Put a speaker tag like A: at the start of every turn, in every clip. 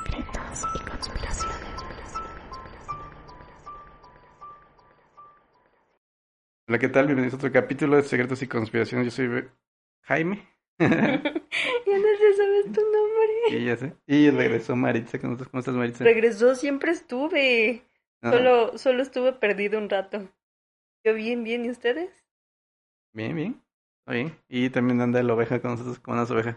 A: Teorías y conspiraciones.
B: Hola, ¿qué tal? Bienvenidos a otro capítulo de Secretos y Conspiraciones. Yo soy Be- Jaime.
C: Ya no te sabes tu nombre.
B: y ya sé. Y regresó Maritza con nosotros. ¿Cómo estás, Maritza?
C: Regresó, siempre estuve.
B: Ah,
C: Solo, solo estuve perdido un rato. Yo bien, bien, ¿y ustedes?
B: Bien, bien. Está bien. Y también anda la oveja con nosotros, como una oveja.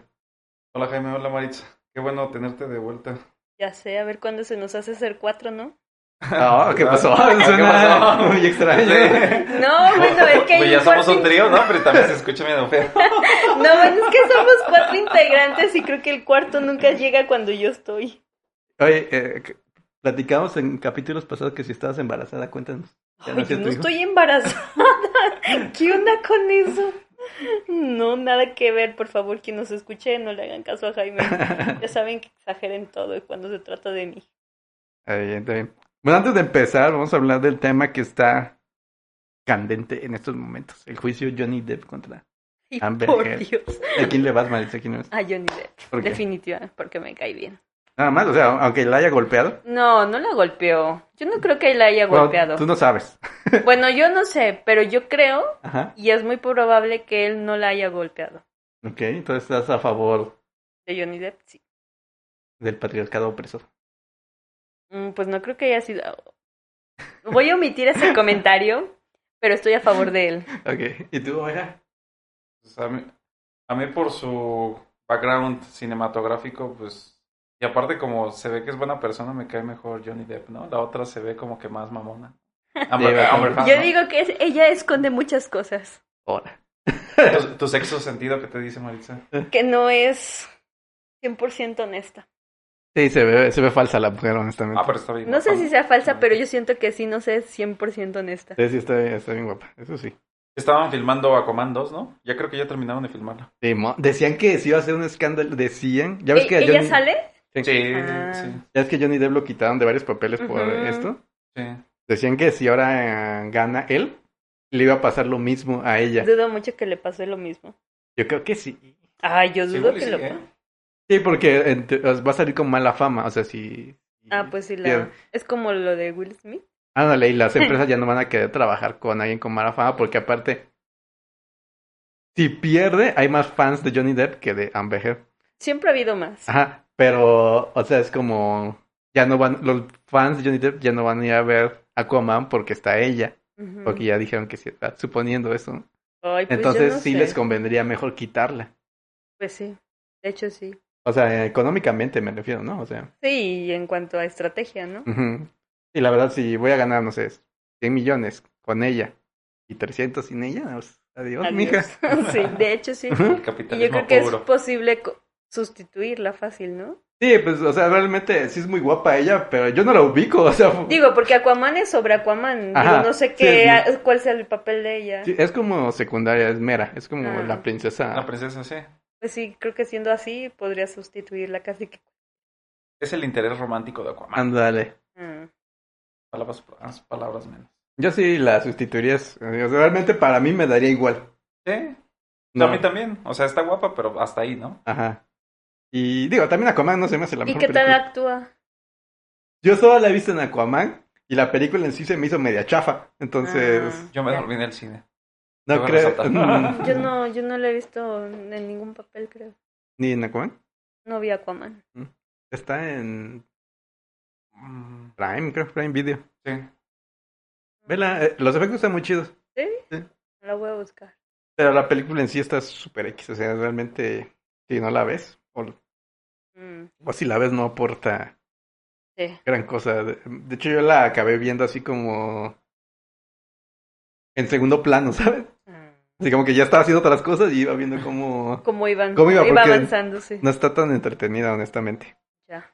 D: Hola Jaime, hola Maritza. Qué bueno tenerte de vuelta.
C: Ya sé, a ver cuándo se nos hace ser cuatro, ¿no?
B: Ah, ¿qué pasó?
D: ¿Qué
B: Suena
D: pasó?
B: muy extraño.
D: Sí.
C: No, bueno, es que hay
D: Pues ya
C: un
D: somos un
C: cuarto-
D: trío, ¿no? Pero también se escucha medio feo.
C: No, bueno, es que somos cuatro integrantes y creo que el cuarto nunca llega cuando yo estoy.
B: Oye, eh, que- platicamos en capítulos pasados que si estabas embarazada, cuéntanos. Ya
C: Ay,
B: nació
C: yo
B: tu
C: no
B: hijo.
C: estoy embarazada. ¿Qué onda con eso? No, nada que ver, por favor, quien nos escuche, no le hagan caso a Jaime. Ya saben que exageren todo cuando se trata de mí.
B: Está bien, está bien. Bueno, antes de empezar, vamos a hablar del tema que está candente en estos momentos. El juicio Johnny Depp contra...
C: Y
B: Amber
C: por
B: Heard.
C: Dios.
B: ¿A quién le vas, Maritza? ¿A quién le vas?
C: A Johnny Depp.
B: ¿Por qué?
C: Definitiva, porque me cae bien.
B: Nada más, o sea, aunque la haya golpeado.
C: No, no la golpeó. Yo no creo que la haya
B: Bueno,
C: golpeado.
B: tú no sabes.
C: Bueno, yo no sé, pero yo creo
B: Ajá.
C: y es muy probable que él no la haya golpeado.
B: Ok, entonces estás a favor
C: De Johnny Depp, sí.
B: del patriarcado opresor.
C: Mm, Pues no creo que haya sido. Voy a omitir ese comentario, pero estoy a favor de él.
B: Ok, ¿y tú, oveja?
D: Pues a, mí, a mí por su background cinematográfico, pues... Y aparte como se ve que es buena persona, me cae mejor Johnny Depp, ¿no? La otra se ve como que más mamona. Amber,
B: bastante.
D: Amber Heard,
C: Yo
D: ¿no?
C: digo que es- ella esconde muchas cosas.
B: Ahora.
D: Tu, tu sexo sentido que te dice Maritza.
C: Que no es 100% honesta.
B: Sí, se ve, se ve falsa la mujer,
D: Ah,
B: honestamente.
D: pero está bien.
C: No sé
D: guapa.
C: si sea falsa, pero yo siento que sí, no sé, es 100% honesta.
B: Sí, sí, está, bien- está bien guapa, eso sí.
D: Estaban filmando Aquaman 2, ¿no? Ya creo que ya terminaron de filmarlo.
B: Sí, mo- decían que sí iba a ser un escándalo, decían. Ya ves
C: ¿E-
B: que a
C: ¿Ella
B: Johnny,
C: sale?
D: Sí,
C: Ah.
D: sí,
B: ya ves que Johnny Depp lo quitaron de varios papeles por
C: Ujú.
B: esto.
D: sí.
B: Decían que si ahora eh, gana él, le iba a pasar lo mismo a ella.
C: Dudo mucho que le pase lo mismo.
B: Yo creo que sí.
C: Ay, yo dudo
D: Igual y
C: que
D: sí,
C: lo
D: ¿eh?
C: pase.
B: Sí, porque en te- va a salir con mala fama, o sea, si...
C: Ah, pues sí, la...
B: pierde.
C: es como lo de Will Smith.
B: Ándale, y las empresas ya no van a querer trabajar con alguien con mala fama porque aparte, si pierde, hay más fans de Johnny Depp que de Amber Heard.
C: Siempre ha habido más.
B: Ajá, pero, o sea, es como, ya no van, los fans de Johnny Depp ya no van a ir a ver Aquaman porque está ella,
C: Ujú.
B: porque ya dijeron que sí, ah, suponiendo eso. ¿no?
C: Ay, pues yo
B: Entonces
C: no
B: sí
C: sé.
B: les convendría mejor quitarla.
C: Pues sí, de hecho sí.
B: O sea, económicamente me refiero, ¿no? O sea,
C: Sí, y en cuanto a estrategia, ¿no?
B: ujú. y la verdad, si voy a ganar, no sé, 100 millones con ella y 300 sin ella, pues, adiós,
C: Adiós.
B: mija.
C: sí, de hecho sí.
B: Ujú.
D: El
C: Y yo
D: capitalismo
C: creo que es
D: puro.
C: posible co- sustituirla fácil, ¿no?
B: Sí, pues, o sea, realmente sí es muy guapa ella, pero yo no la ubico, o sea, fu-
C: Digo, porque Aquaman es sobre Aquaman. Digo,
B: Ajá,
C: no sé
B: sí,
C: qué,
B: es
C: a- cuál sea el papel de ella.
B: sí, es como secundaria, es mera, es como
C: Ah.
B: la
D: La
B: princesa.
D: princesa, sí.
C: Pues sí, creo que siendo así podría sustituirla casi que.
D: Es el interés romántico de Aquaman.
B: Ándale.
C: Ah.
D: Palabras, más, palabras menos.
B: Yo sí la sustituiría, es- eh, o sea, realmente para mí me daría igual.
D: Sí,
B: No.
D: a mí también. O sea, está guapa, pero hasta ahí, ¿no?
B: Ajá. Y digo, también Aquaman no se me hace la
C: ¿Y
B: mejor
C: qué tal
B: película.
C: actúa?
B: Yo solo la he visto en Aquaman y la película en sí se me hizo media chafa, entonces
C: Ah.
D: Yo me
C: Ya.
D: dormí en el cine.
B: no creo
D: Te voy a resaltar.
B: Mm,
C: Yo no, yo no la he visto en ningún papel, creo.
B: ni en Aquaman.
C: No vi Aquaman.
B: Está en
D: Mm,
B: Prime, creo, Prime Video.
D: Sí.
B: Vela, eh, los efectos están muy chidos.
C: La voy a buscar.
B: Pero la película en sí está súper X, o sea, realmente, si no la ves, o,
C: Mm,
B: o si la ves no aporta
C: sí.
B: gran cosa. De, de hecho, yo la acabé viendo así como en segundo plano, ¿sabes?
C: Ah.
B: Así como que ya estaba haciendo otras cosas y iba viendo cómo
C: ¿Cómo iban?
B: ¿Cómo iba? Porque-
C: avanzando, sí.
B: no está tan entretenida, honestamente.
C: Ya.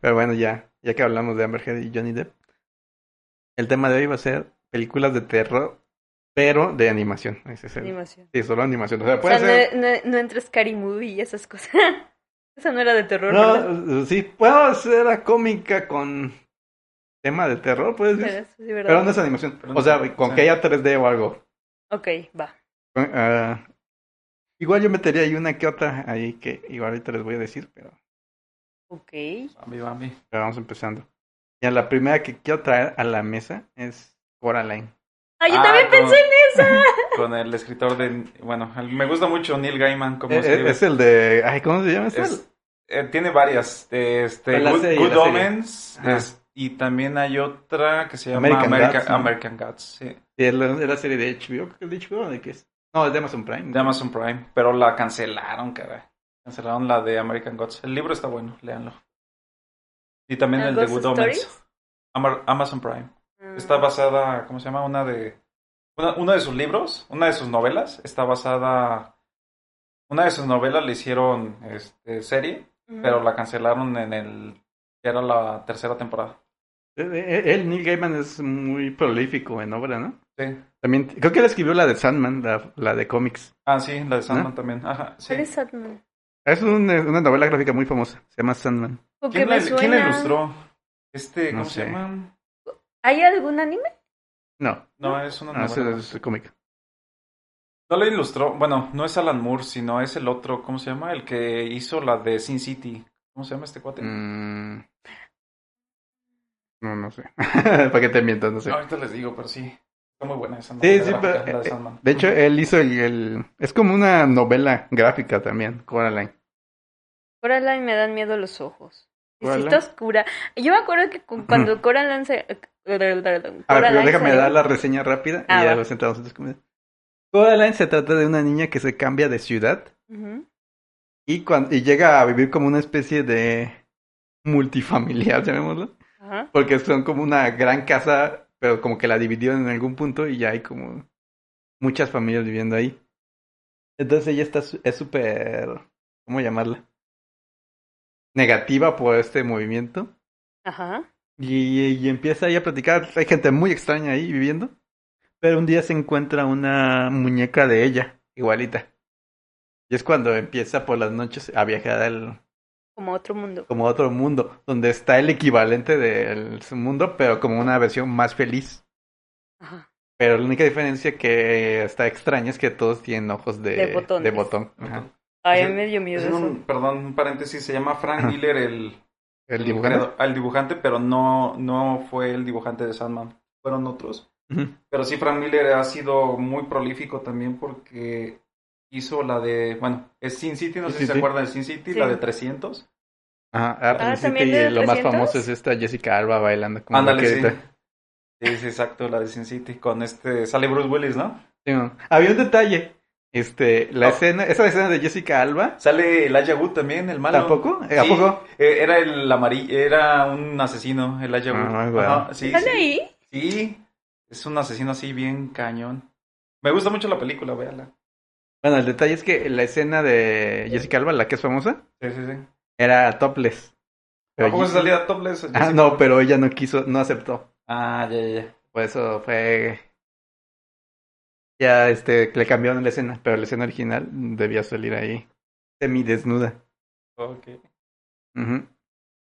B: Pero bueno, ya, ya que hablamos de Amber Heard y Johnny Depp, el tema de hoy va a ser películas de terror, pero de animación. Ese es el-
C: Animación.
B: Sí, solo animación. O sea,
C: O
B: puede
C: sea,
B: ser...
C: no, no, no entra Scary Movie y esas cosas. Esa no era de terror, ¿verdad?
B: No, sí, puedo hacer a cómica con tema de terror, puedes
C: Pero,
B: decir.
C: eso sí, ¿verdad?
B: Pero no es animación.
D: Pero
B: O
D: no es
B: sea,
D: animación.
B: con que haya 3D o algo.
C: Ok, va.
B: Ah, igual yo metería ahí una que otra ahí que igual ahorita les voy a decir, pero
C: Ok.
D: Bambi, Bambi.
B: Pero vamos empezando. Y la primera que quiero traer a la mesa es Coraline.
C: Ah, yo
D: Ah,
C: también
D: con-
C: pensé en esa.
D: Con el escritor de. Bueno, el- me gusta mucho Neil Gaiman. Como
B: Eh, eh,
D: escribe.
B: Es el de. Ay, ¿Cómo se llama? ese?
D: Es- eh, tiene varias. eh, Este,
B: La
D: Good,
B: serie,
D: Good
B: la serie.
D: Omens.
B: Ajá.
D: es- y también hay otra que se llama
B: American
D: American,
B: Gods, ¿no?
D: American Gods, sí,
B: Sí, es la, es la serie de HBO. Creo que es de HBO. ¿De qué es? No, es de Amazon Prime.
D: de Amazon Prime. Pero la cancelaron, caray. Cancelaron la de American Gods. El libro está bueno, léanlo. Y también
C: ¿Ah,
D: el de
C: Ghost
D: Good Omens.
C: Stories? Mm.
D: Amar- Amazon Prime. Está basada, ¿cómo se llama? Una de. Una, uno de sus libros, una de sus novelas, está basada. Una de sus novelas le hicieron este, serie,
C: Ujú.
D: pero la cancelaron en el. ya era la tercera temporada.
B: Eh, eh, Él, Neil Gaiman, es muy prolífico en obra, ¿no?
D: Sí.
B: También, creo que él escribió la de Sandman, la, la de cómics.
D: Ah, sí,
B: ¿Mm?
D: la de Sandman también. Ajá, sí.
C: ¿Cuál es Sandman?
B: Es un- una novela gráfica muy famosa. Se llama Sandman.
C: Porque
D: ¿Quién,
C: me
D: la, quién la
C: suena-
D: ilustró? Este, ¿cómo
B: No
D: se
B: sé.
D: llama?
C: ¿Hay algún anime?
B: No,
D: No, es una
B: no,
D: novela.
B: Ah, es, es cómic.
D: No la ilustró, bueno, no es Alan Moore, sino es el otro, ¿cómo se llama? El que hizo la de Sin City. ¿Cómo se llama este cuate?
B: Mm. No, no sé. ¿Para qué te mientas? No sé.
D: No, Ah, ahorita les digo, pero sí. Está muy buena
B: Sí,
D: esa novela
B: sí,
D: gráfica,
B: pero,
D: la de
B: eh,
D: Sandman.
B: de hecho, él hizo el, el- Es como una novela gráfica también, Coraline.
C: Coraline me dan miedo los ojos. Y sí
B: Coraline.
C: está oscura. Yo me acuerdo que cu- cuando Coraline se... eh, Coraline
B: A ver, pero déjame
C: salió-
B: dar la reseña rápida
C: Ah,
B: y ya
C: va.
B: nos sentamos en tus comidas. Coraline se trata de una niña que se cambia de ciudad
C: Ujú.
B: y, cuan- y llega a vivir como una especie de multifamiliar, llamémoslo.
C: Ajá.
B: Porque son como una gran casa, pero como que la dividieron en algún punto y ya hay como muchas familias viviendo ahí. Entonces ella está, su- es súper, ¿cómo llamarla? Negativa por este movimiento.
C: Ajá.
B: Y, y empieza ahí a platicar. Hay gente muy extraña ahí viviendo. Pero un día se encuentra una muñeca de ella, igualita. Y es cuando empieza por las noches a viajar al,
C: Como otro mundo.
B: como a otro mundo, donde está el equivalente de su mundo, pero como una versión más feliz.
C: Ajá.
B: Pero la única diferencia que está extraña es que todos tienen ojos de,
C: De botones.
B: botón. Ajá.
C: Ay, a
D: Es-
C: mí me dio miedo
D: Es
C: eso.
D: un, perdón, un paréntesis, se llama Frank Miller el,
B: El
D: el
B: dibujante.
D: creador- al dibujante, pero no, no fue el dibujante de Sandman, fueron otros.
B: Ujú.
D: Pero sí, Frank Miller ha sido muy prolífico también porque hizo la de, bueno, es Sin City, no
B: Sin
D: sé si
B: City.
D: se acuerdan de Sin City,
C: Sí.
D: la de 300.
B: Ajá. Ah, pues sí,
C: Ah,
B: sí,
C: ¿también
B: y
C: de
B: lo más
C: 300?
B: famoso es esta Jessica Alba bailando como
D: Ándale, sí.
B: vaquerita.
D: Sí, sí, exacto, la de Sin City, con este, sale Bruce Willis, ¿no?
B: Sí, no. Había un detalle. Este, la
D: Ah.
B: escena, esa escena de Jessica Alba,
D: Sale el Ayahu también, el malo.
B: ¿tampoco? Eh, ¿A
D: Sí,
B: poco?
D: eh, Era el amarillo, era un asesino, el Ayahu.
B: Ah, bueno.
D: sí,
C: ¿Están
D: sí.
C: ahí?
D: Sí, es un asesino así bien cañón. Me gusta mucho la película, véala.
B: Bueno, el detalle es que la escena de Jessica Alba, la que es famosa,
D: Sí, sí, sí.
B: era topless. Pero
D: ¿Tampoco se
B: Jessica-
D: salía topless?
B: Ah,
D: Jessica?
B: no, pero ella no quiso, no aceptó.
D: Ah, ya, ya, ya.
B: Por eso fue. Ya este, le cambiaron la escena, pero la escena original debía salir ahí. Semidesnuda.
D: Ok.
B: Ujú.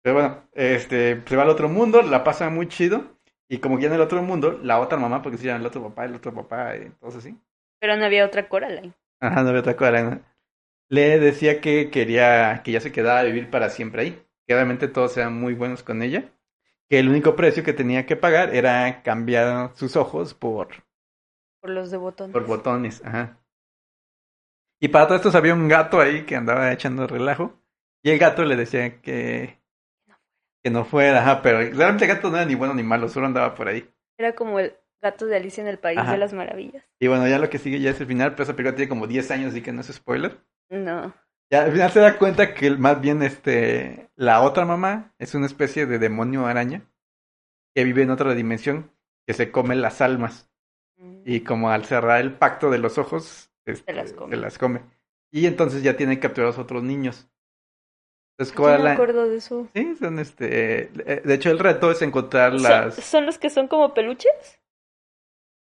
B: Pero bueno, este, se va al otro mundo, la pasa muy chido. Y como que en el otro mundo, la otra mamá, porque se llama el otro papá, el otro papá, y entonces sí.
C: Pero no había otra Coraline.
B: Ajá, no había otra cosa, ¿no? Le decía que quería que ya se quedara a vivir para siempre ahí. Que obviamente todos eran muy buenos con ella. Que el único precio que tenía que pagar era cambiar sus ojos por,
C: Por los de botones.
B: por botones. Ajá. Y para todo esto había un gato ahí que andaba echando relajo. Y el gato le decía que, que no fuera. Ajá, pero realmente el gato no era ni bueno ni malo, solo andaba por ahí.
C: Era como el gato de Alicia en el País
B: Ajá.
C: de las Maravillas.
B: Y bueno, ya lo que sigue ya es el final, pero esa película tiene como 10 años, así que no es spoiler.
C: No.
B: Ya al final se da cuenta que el- más bien este la otra mamá es una especie de demonio araña que vive en otra dimensión, que se come las almas. Y como al cerrar el pacto de los ojos, este,
C: Se las come.
B: come. Y entonces ya tienen capturados otros niños. Entonces,
C: Yo no me
B: Coraline-
C: acuerdo de eso.
B: Sí, son este. eh, De hecho, el reto es encontrar
C: ¿Son-
B: las.
C: ¿Son, los que son como peluches?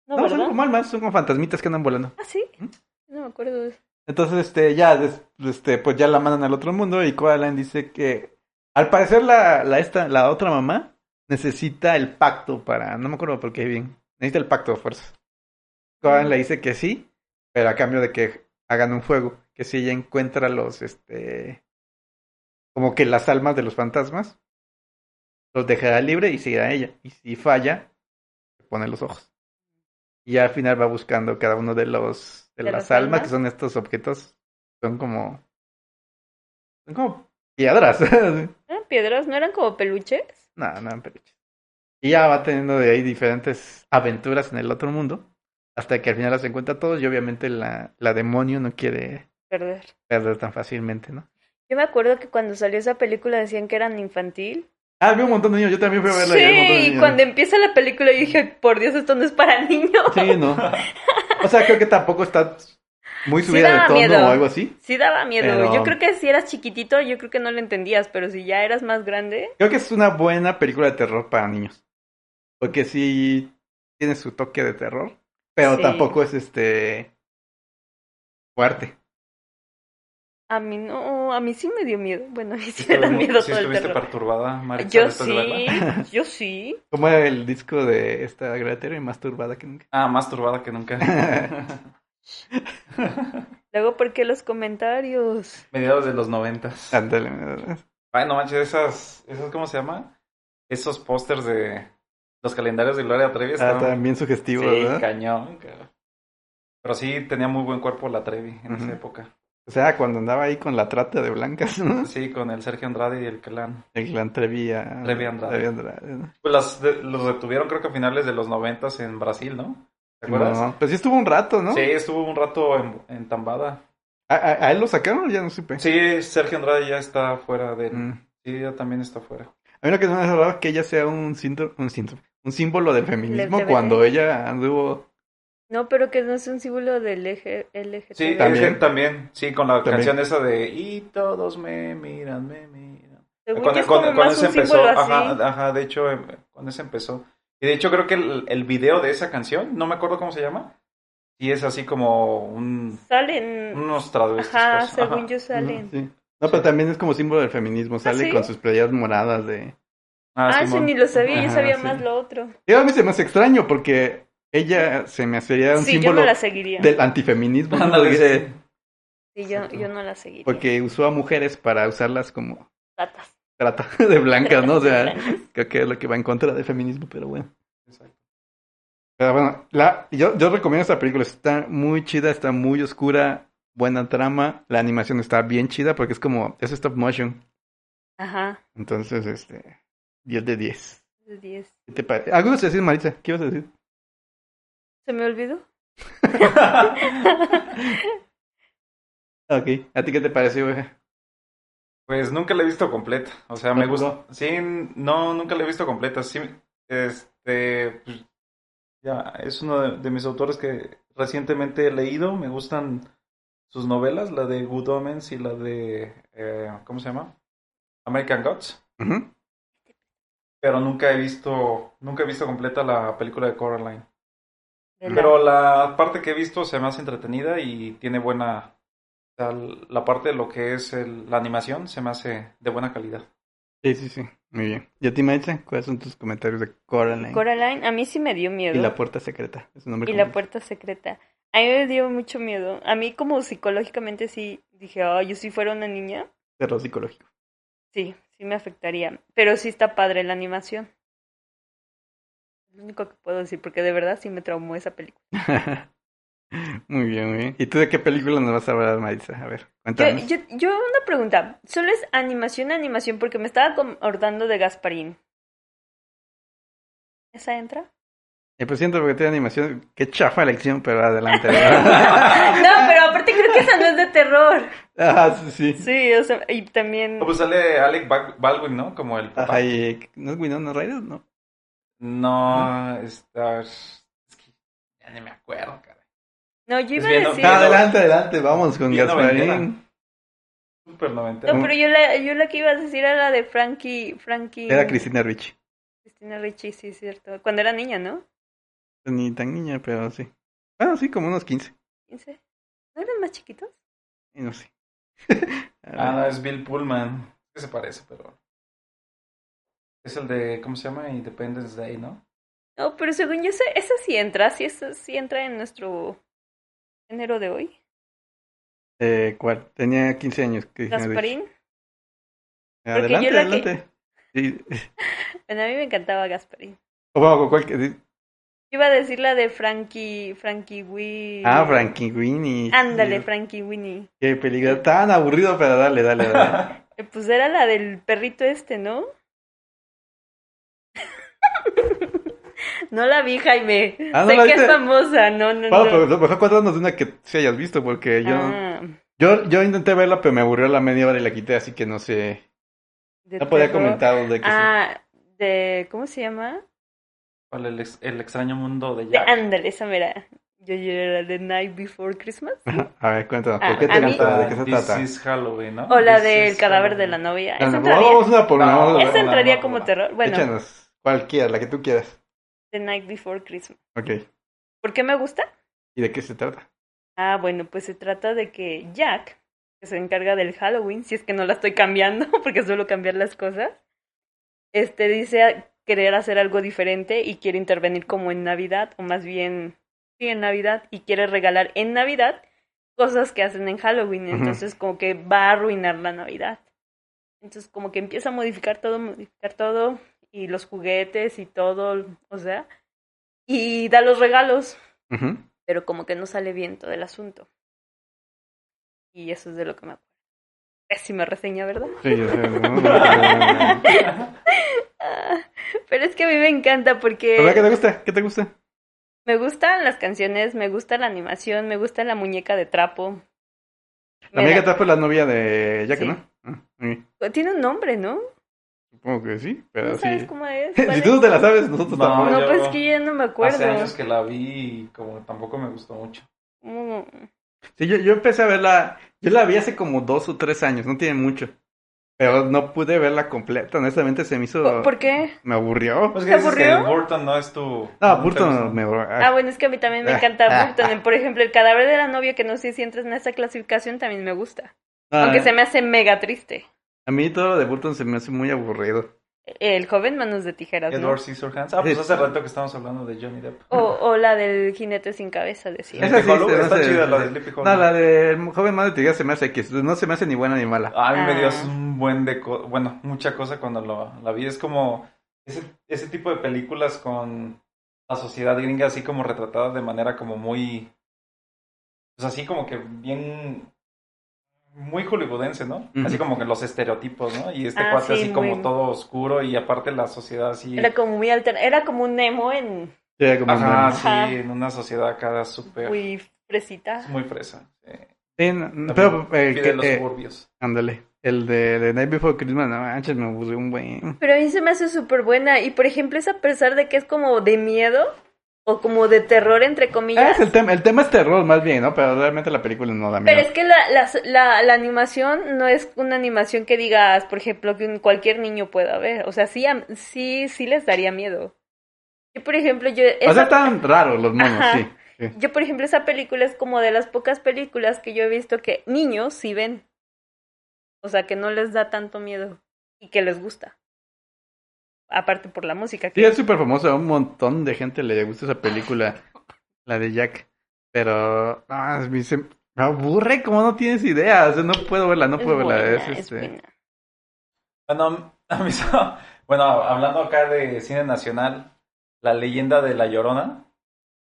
C: No,
B: no,
C: ¿verdad?
B: son como almas, son como fantasmitas que andan volando.
C: Ah, sí.
B: ¿Mm?
C: No me acuerdo de eso.
B: Entonces, este, ya, des- este, pues ya la mandan al otro mundo y Coraline dice que, al parecer la, la esta, la otra mamá necesita el pacto para, no me acuerdo por qué bien, necesita el pacto de fuerza. Coraline le dice que sí, pero a cambio de que hagan un juego, que si ella encuentra los, este, como que las almas de los fantasmas, los dejará libre y se irá a ella. Y si falla, se pone los ojos. Y ya al final va buscando cada uno de los de,
C: ¿De
B: las
C: las
B: almas,
C: almas?
B: que son estos objetos, son como son como piedras.
C: ¿Eran piedras? ¿No eran como peluches?
B: No, no, pero... Y ya va teniendo de ahí diferentes aventuras en el otro mundo. Hasta que al final las encuentra todos. Y obviamente la, la demonio no quiere
C: Perder.
B: perder tan fácilmente, ¿no?
C: Yo me acuerdo que cuando salió esa película decían que eran infantil.
B: Ah, vi un montón de niños. Yo también fui a verla. y había un montón de
C: Sí, y
B: niños.
C: cuando empieza la película yo dije, "Ay, por Dios, esto no es para niños.
B: Sí, no. O sea, creo que tampoco está muy
C: Sí
B: subida de
C: daba
B: tono
C: miedo.
B: o algo así.
C: Sí daba miedo.
B: Pero-
C: Yo creo que si eras chiquitito, yo creo que no lo entendías, pero si ya eras más grande,
B: Creo que es una buena película de terror para niños. Porque sí tiene su toque de terror. Pero
C: Sí.
B: tampoco es este fuerte.
C: a mí no, a mí sí me dio miedo. Bueno, a mí sí me da
D: Estuve muy-
C: miedo
D: sí
C: todo el
D: estuviste este
C: terror.
D: perturbada, Maritza,
C: Yo
D: después de verla.
C: sí, yo sí.
B: Como el disco de esta Gretera y más turbada que nunca.
D: Ah, más turbada que nunca.
C: Luego, ¿por qué los comentarios?
D: Mediados de los noventas.
B: Ándale, ándale.
D: Ay, no manches, esas, esas, ¿cómo se llama? Esos pósters de los calendarios de Gloria Trevi
B: Ah,
D: estaban
B: también sugestivo,
D: Sí,
B: ¿verdad?
D: cañón, cabrón. Pero sí tenía muy buen cuerpo la Trevi en
B: Ujú.
D: esa época.
B: O sea, cuando andaba ahí con la trata de blancas, ¿no?
D: Sí, con el Sergio Andrade y el clan.
B: El clan Trevia.
D: Trevi Andrade.
B: Trevi Andrade, ¿no?
D: Pues las de- los detuvieron creo que a finales de los noventas en Brasil, ¿no? ¿Te acuerdas?
B: No, Pues sí estuvo un rato, ¿no?
D: Sí, estuvo un rato en, en Tambada.
B: ¿A, a- a él lo sacaron? Ya no supe.
D: Sí, Sergio Andrade ya está fuera de...
B: Mm.
D: Sí, ya también está fuera.
B: A mí lo que se me hace raro es que ella sea un síntoma, un síntoma, un símbolo del feminismo
C: LGBT.
B: cuando ella anduvo.
C: No, pero que no es un símbolo del eje LGTB.
D: Sí,
B: También.
D: también. también. Sí, con la
B: También.
D: canción esa de... Y todos me miran, me miran.
C: Según
D: Cuando,
C: yo es como
D: cuando- cuando
C: Pues más
D: ese
C: un símbolo
D: empezó,
C: así.
D: ajá, ajá, de hecho, em, cuando ese empezó. Y de hecho creo que el, el video de esa canción, no me acuerdo cómo se llama, y es así como un,
C: Salen.
D: unos travestis.
C: Ajá,
D: pues,
C: según
D: ajá.
C: yo salen.
B: Ujú, sí. No, pero también es como símbolo del feminismo. Sale
C: ¿Ah, sí?
B: con sus playas moradas de.
D: Ah,
C: Ah, eso
D: Simón.
C: ni lo sabía, yo
B: Ajá,
C: sabía
B: sí.
C: más lo otro.
B: Y a mí se me hace extraño porque ella se me sería un
C: Sí, yo
B: símbolo
C: no la seguiría.
B: del antifeminismo. ¿no?
D: Ándale,
B: Porque-
D: sí.
C: Sí, yo,
B: Exacto.
C: yo no la seguiría.
B: Porque usó a mujeres para usarlas como
C: Ratas.
B: trata de blancas, ¿no? O sea,
C: Blancas.
B: creo que es lo que va en contra del feminismo, pero bueno.
D: Exacto.
B: Pero bueno, la, yo, yo recomiendo esta película. Está muy chida, está muy oscura, buena trama. La animación está bien chida porque es como, es stop motion.
C: Ajá,
B: Entonces, este, 10 de 10.
C: de 10.
B: ¿Qué te parece? Algo ibas a decir, Maritza. ¿Qué ibas a decir?
C: ¿Se me olvidó?
B: Ok. ¿A ti qué te pareció, güey?
D: Pues nunca la he visto completa, o sea, me gusta.
B: ¿Tampoco?
D: Sí, no, nunca la he visto completa. Sí, este, pues, ya, es uno de, de mis autores que recientemente he leído, me gustan sus novelas, la de Good Omens y la de, eh, ¿cómo se llama? American Gods.
B: Ujú.
D: Pero nunca he visto, nunca he visto completa la película de Coraline.
C: De la-
D: Pero la parte que he visto se me hace entretenida y tiene buena, o sea, la parte de lo que es el- la animación se me hace de buena calidad.
B: Sí, sí, sí. Muy bien. ¿Y a ti, Maritza? ¿Cuáles son tus comentarios de Coraline?
C: Coraline, a mí sí me dio miedo.
B: Y la puerta secreta. Es un nombre
C: Y la
B: común.
C: puerta secreta. A mí me dio mucho miedo. A mí como psicológicamente sí dije, oh, yo si fuera una niña,
B: Terror psicológico.
C: sí, sí me afectaría. Pero sí está padre la animación. Lo único que puedo decir, porque de verdad sí me traumó esa película.
B: muy bien, muy bien. ¿Y tú de qué película nos vas a hablar, Maritza? A ver,
C: Yo,
B: cuéntanos.
C: yo, yo una pregunta, ¿solo es animación, animación? Porque me estaba acordando de Gasparín. ¿Esa entra?
B: El presidente porque tiene animación. Qué chafa elección, pero adelante. ¿verdad?
C: No, pero aparte creo que esa no es de terror.
B: ah, sí, sí.
C: Sí, o sea, y también...
D: No, Pues sale Alec Ba- Baldwin, ¿no? Como el papá.
B: Ajá, y- ¿No es Winona Ryder? No.
D: No, está... Es que ya ni me acuerdo, caray.
C: No, yo
D: Es
C: iba
D: bien,
C: a
D: ¿no?
C: decir...
D: Ah,
B: adelante, adelante. Vamos con
D: Bien
B: Gasparín.
D: noventera. Súper noventero.
C: No, pero yo la, yo la que iba a decir era la de Frankie. Frankie
B: Era Cristina Ricci.
C: Cristina Ricci, sí, es cierto. Cuando era niña, ¿no?
B: Ni tan niña, pero sí. Bueno, sí, como unos 15.
C: 15. ¿No eran más chiquitos?
B: Y No sé.
D: Ah, no, es Bill Pullman. Que se parece, pero... Es el de, ¿cómo se llama? Independence Day, ¿no?
C: No, pero según yo, esa, esa sí entra, sí, esa sí entra en nuestro género de hoy.
B: Eh, ¿Cuál? Tenía 15 años. Cristina Ricci.
C: Gasparín. Porque yo
B: Adelante,
C: la
B: adelante. Sí.
C: Bueno, a mí me encantaba Gasparín.
B: O bueno, ¿cuál que-
C: Iba a decir la de Frankie, Frankie Winnie.
B: Ah, Frankie Winnie.
C: Ándale, Frankie Winnie.
B: Qué peligro. Tan aburrido, pero dale, dale, dale.
C: Eh, Pues era la del perrito este, ¿no? no la vi, Jaime.
B: Ah, ¿no
C: sé
B: la
C: que es
B: viste?
C: famosa, no, no,
B: Bueno,
C: no.
B: pero mejor cuéntanos de una que sí hayas visto, porque yo,
C: Ah,
B: yo, yo intenté verla, pero me aburrió a la media hora y la quité, así que no sé.
C: de
B: No podía
C: terror.
B: comentaros de que sí.
C: Ah, de. ¿Cómo se llama?
D: Para el, ex- el extraño mundo de
C: De
D: Jack.
C: Ándale, esa mera. Yo lloré la de Night Before Christmas.
B: A ver, cuéntanos,
C: Ah,
B: ¿por qué
C: a
B: te
C: mí-
B: gusta? ¿De qué se
D: This
B: trata?
D: is Halloween, ¿no?
C: O la
B: pues,
D: This
C: del
D: is
C: cadáver de la
D: Halloween.
C: novia.
B: Vamos
C: Esa entraría,
B: vamos una por una, vamos a
D: Esa
C: esa
B: ver.
C: entraría
D: vamos,
C: como
D: vamos.
C: terror. Bueno,
B: Échanos, cualquiera, la que tú quieras.
C: The Night Before Christmas.
B: Ok.
C: ¿Por qué me gusta?
B: ¿Y de qué se trata?
C: Ah, bueno, pues se trata de que Jack, que se encarga del Halloween, si es que no la estoy cambiando, porque suelo cambiar las cosas, este dice a- querer hacer algo diferente y quiere intervenir como en Navidad, o más bien, sí, en Navidad, y quiere regalar en Navidad cosas que hacen en Halloween,
B: Ujú.
C: entonces como que va a arruinar la Navidad. Entonces como que empieza a modificar todo, modificar todo, y los juguetes y todo, o sea, y da los regalos
B: Ujú.
C: pero como que no sale bien todo el asunto. Y eso es de lo que me acuerdo. Pésima reseña, ¿verdad?
B: Sí, yo sé, ¿no?
C: Ah, pero es que a mí me encanta
B: ¿Pero qué
C: porque
B: te gusta? ¿Qué te gusta?
C: me gustan las canciones, me gusta la animación, me gusta la muñeca de trapo.
B: La
C: Me
B: amiga
C: da-
B: está fue la novia de Jack,
C: Sí.
B: ¿no? Ah, ok.
C: Tiene un nombre, ¿no?
B: Supongo que sí,
C: ¿No
B: pero
C: sabes
B: sí.
C: cómo es? ¿Cuál
B: Si
C: es?
B: tú no te la sabes, nosotros
D: No.
B: tampoco.
C: No,
D: yo-
C: pues que ya no me
D: Hace
C: acuerdo.
D: años que la vi y como tampoco me gustó mucho.
C: Mm,
B: Sí, yo, yo empecé a verla, yo la vi hace como dos o tres años, no tiene mucho. Pero no pude verla completa, honestamente se me hizo...
C: ¿Por por qué?
B: Me aburrió.
D: Pues
C: ¿Te
D: que dices que
C: aburrió?
D: el Burton no es tu...
B: No,
D: te gusta.
B: Burton me aburrió.
C: Ah, bueno, es que a mí también me
B: Ah.
C: encanta Burton. Por ejemplo, el cadáver de la novia, que no sé si entras en esa clasificación, también me gusta.
B: Ah,
C: Aunque se me hace mega triste.
B: A mí todo lo de Burton se me hace muy aburrido.
C: El joven manos de tijeras, ¿no?
D: Edward Scissorhands. Ah, pues hace rato que estamos hablando de Johnny Depp.
C: O, o la del jinete sin cabeza, decía.
B: Esa sí
D: Sleepy Hollow,
B: se me
D: está
B: hace-
D: chida la de Sleepy Hollow.
B: No, la de Joven Madre Tigrera se me hace X, no se me hace ni buena ni mala.
D: A mí me dio
C: Ah.
D: un buen de... co- Bueno, mucha cosa cuando lo- la vi. Es como ese, ese tipo de películas con la sociedad gringa así como retratada de manera como muy... Pues así como que bien... Muy hollywoodense, ¿no?
B: Ujú.
D: Así como que los estereotipos, ¿no? Y este
C: Ah,
D: cuate
C: sí,
D: así como
C: muy-
D: todo oscuro y aparte la sociedad así...
C: Era como muy alter... Era como un emo en...
B: Era como
D: Ajá,
B: menos.
D: sí,
C: Ajá.
D: en una sociedad acá súper...
C: Muy fresita.
D: Es muy fresa. Eh,
B: Sí, no, no, pero eh,
D: vive
B: que-
D: en los
B: eh,
D: suburbios.
B: ándale, el de, de Night Before Christmas, no manches, me aburrió un buen.
C: Pero a mí se me hace súper buena. Y por ejemplo, es a pesar de que es como de miedo o como de terror, entre
B: Ah,
C: comillas.
B: es el tema, el tema es terror más bien, ¿no? Pero realmente la película no da miedo.
C: Pero es que la, la, la, la animación no es una animación que digas, por ejemplo, que un- cualquier niño pueda ver. O sea, sí, a- sí, sí les daría miedo. Yo, por ejemplo, yo...
B: O sea,
C: esa-
B: están raros los monos,
C: Ajá.
B: sí. sí.
C: Yo, por ejemplo, esa película es como de las pocas películas que yo he visto que niños sí ven. O sea, que no les da tanto miedo y que les gusta. Aparte por la música.
B: Sí,
C: que-
B: es súper famosa, un montón de gente le gusta esa película, la de Jack. Pero, ah, a mí se- me aburre como no tienes idea, o sea, no puedo verla, no
C: es
B: puedo verla.
C: buena,
B: es,
C: es
B: este,
C: buena.
D: Bueno, a mí se- bueno, hablando acá de cine nacional, la leyenda de la llorona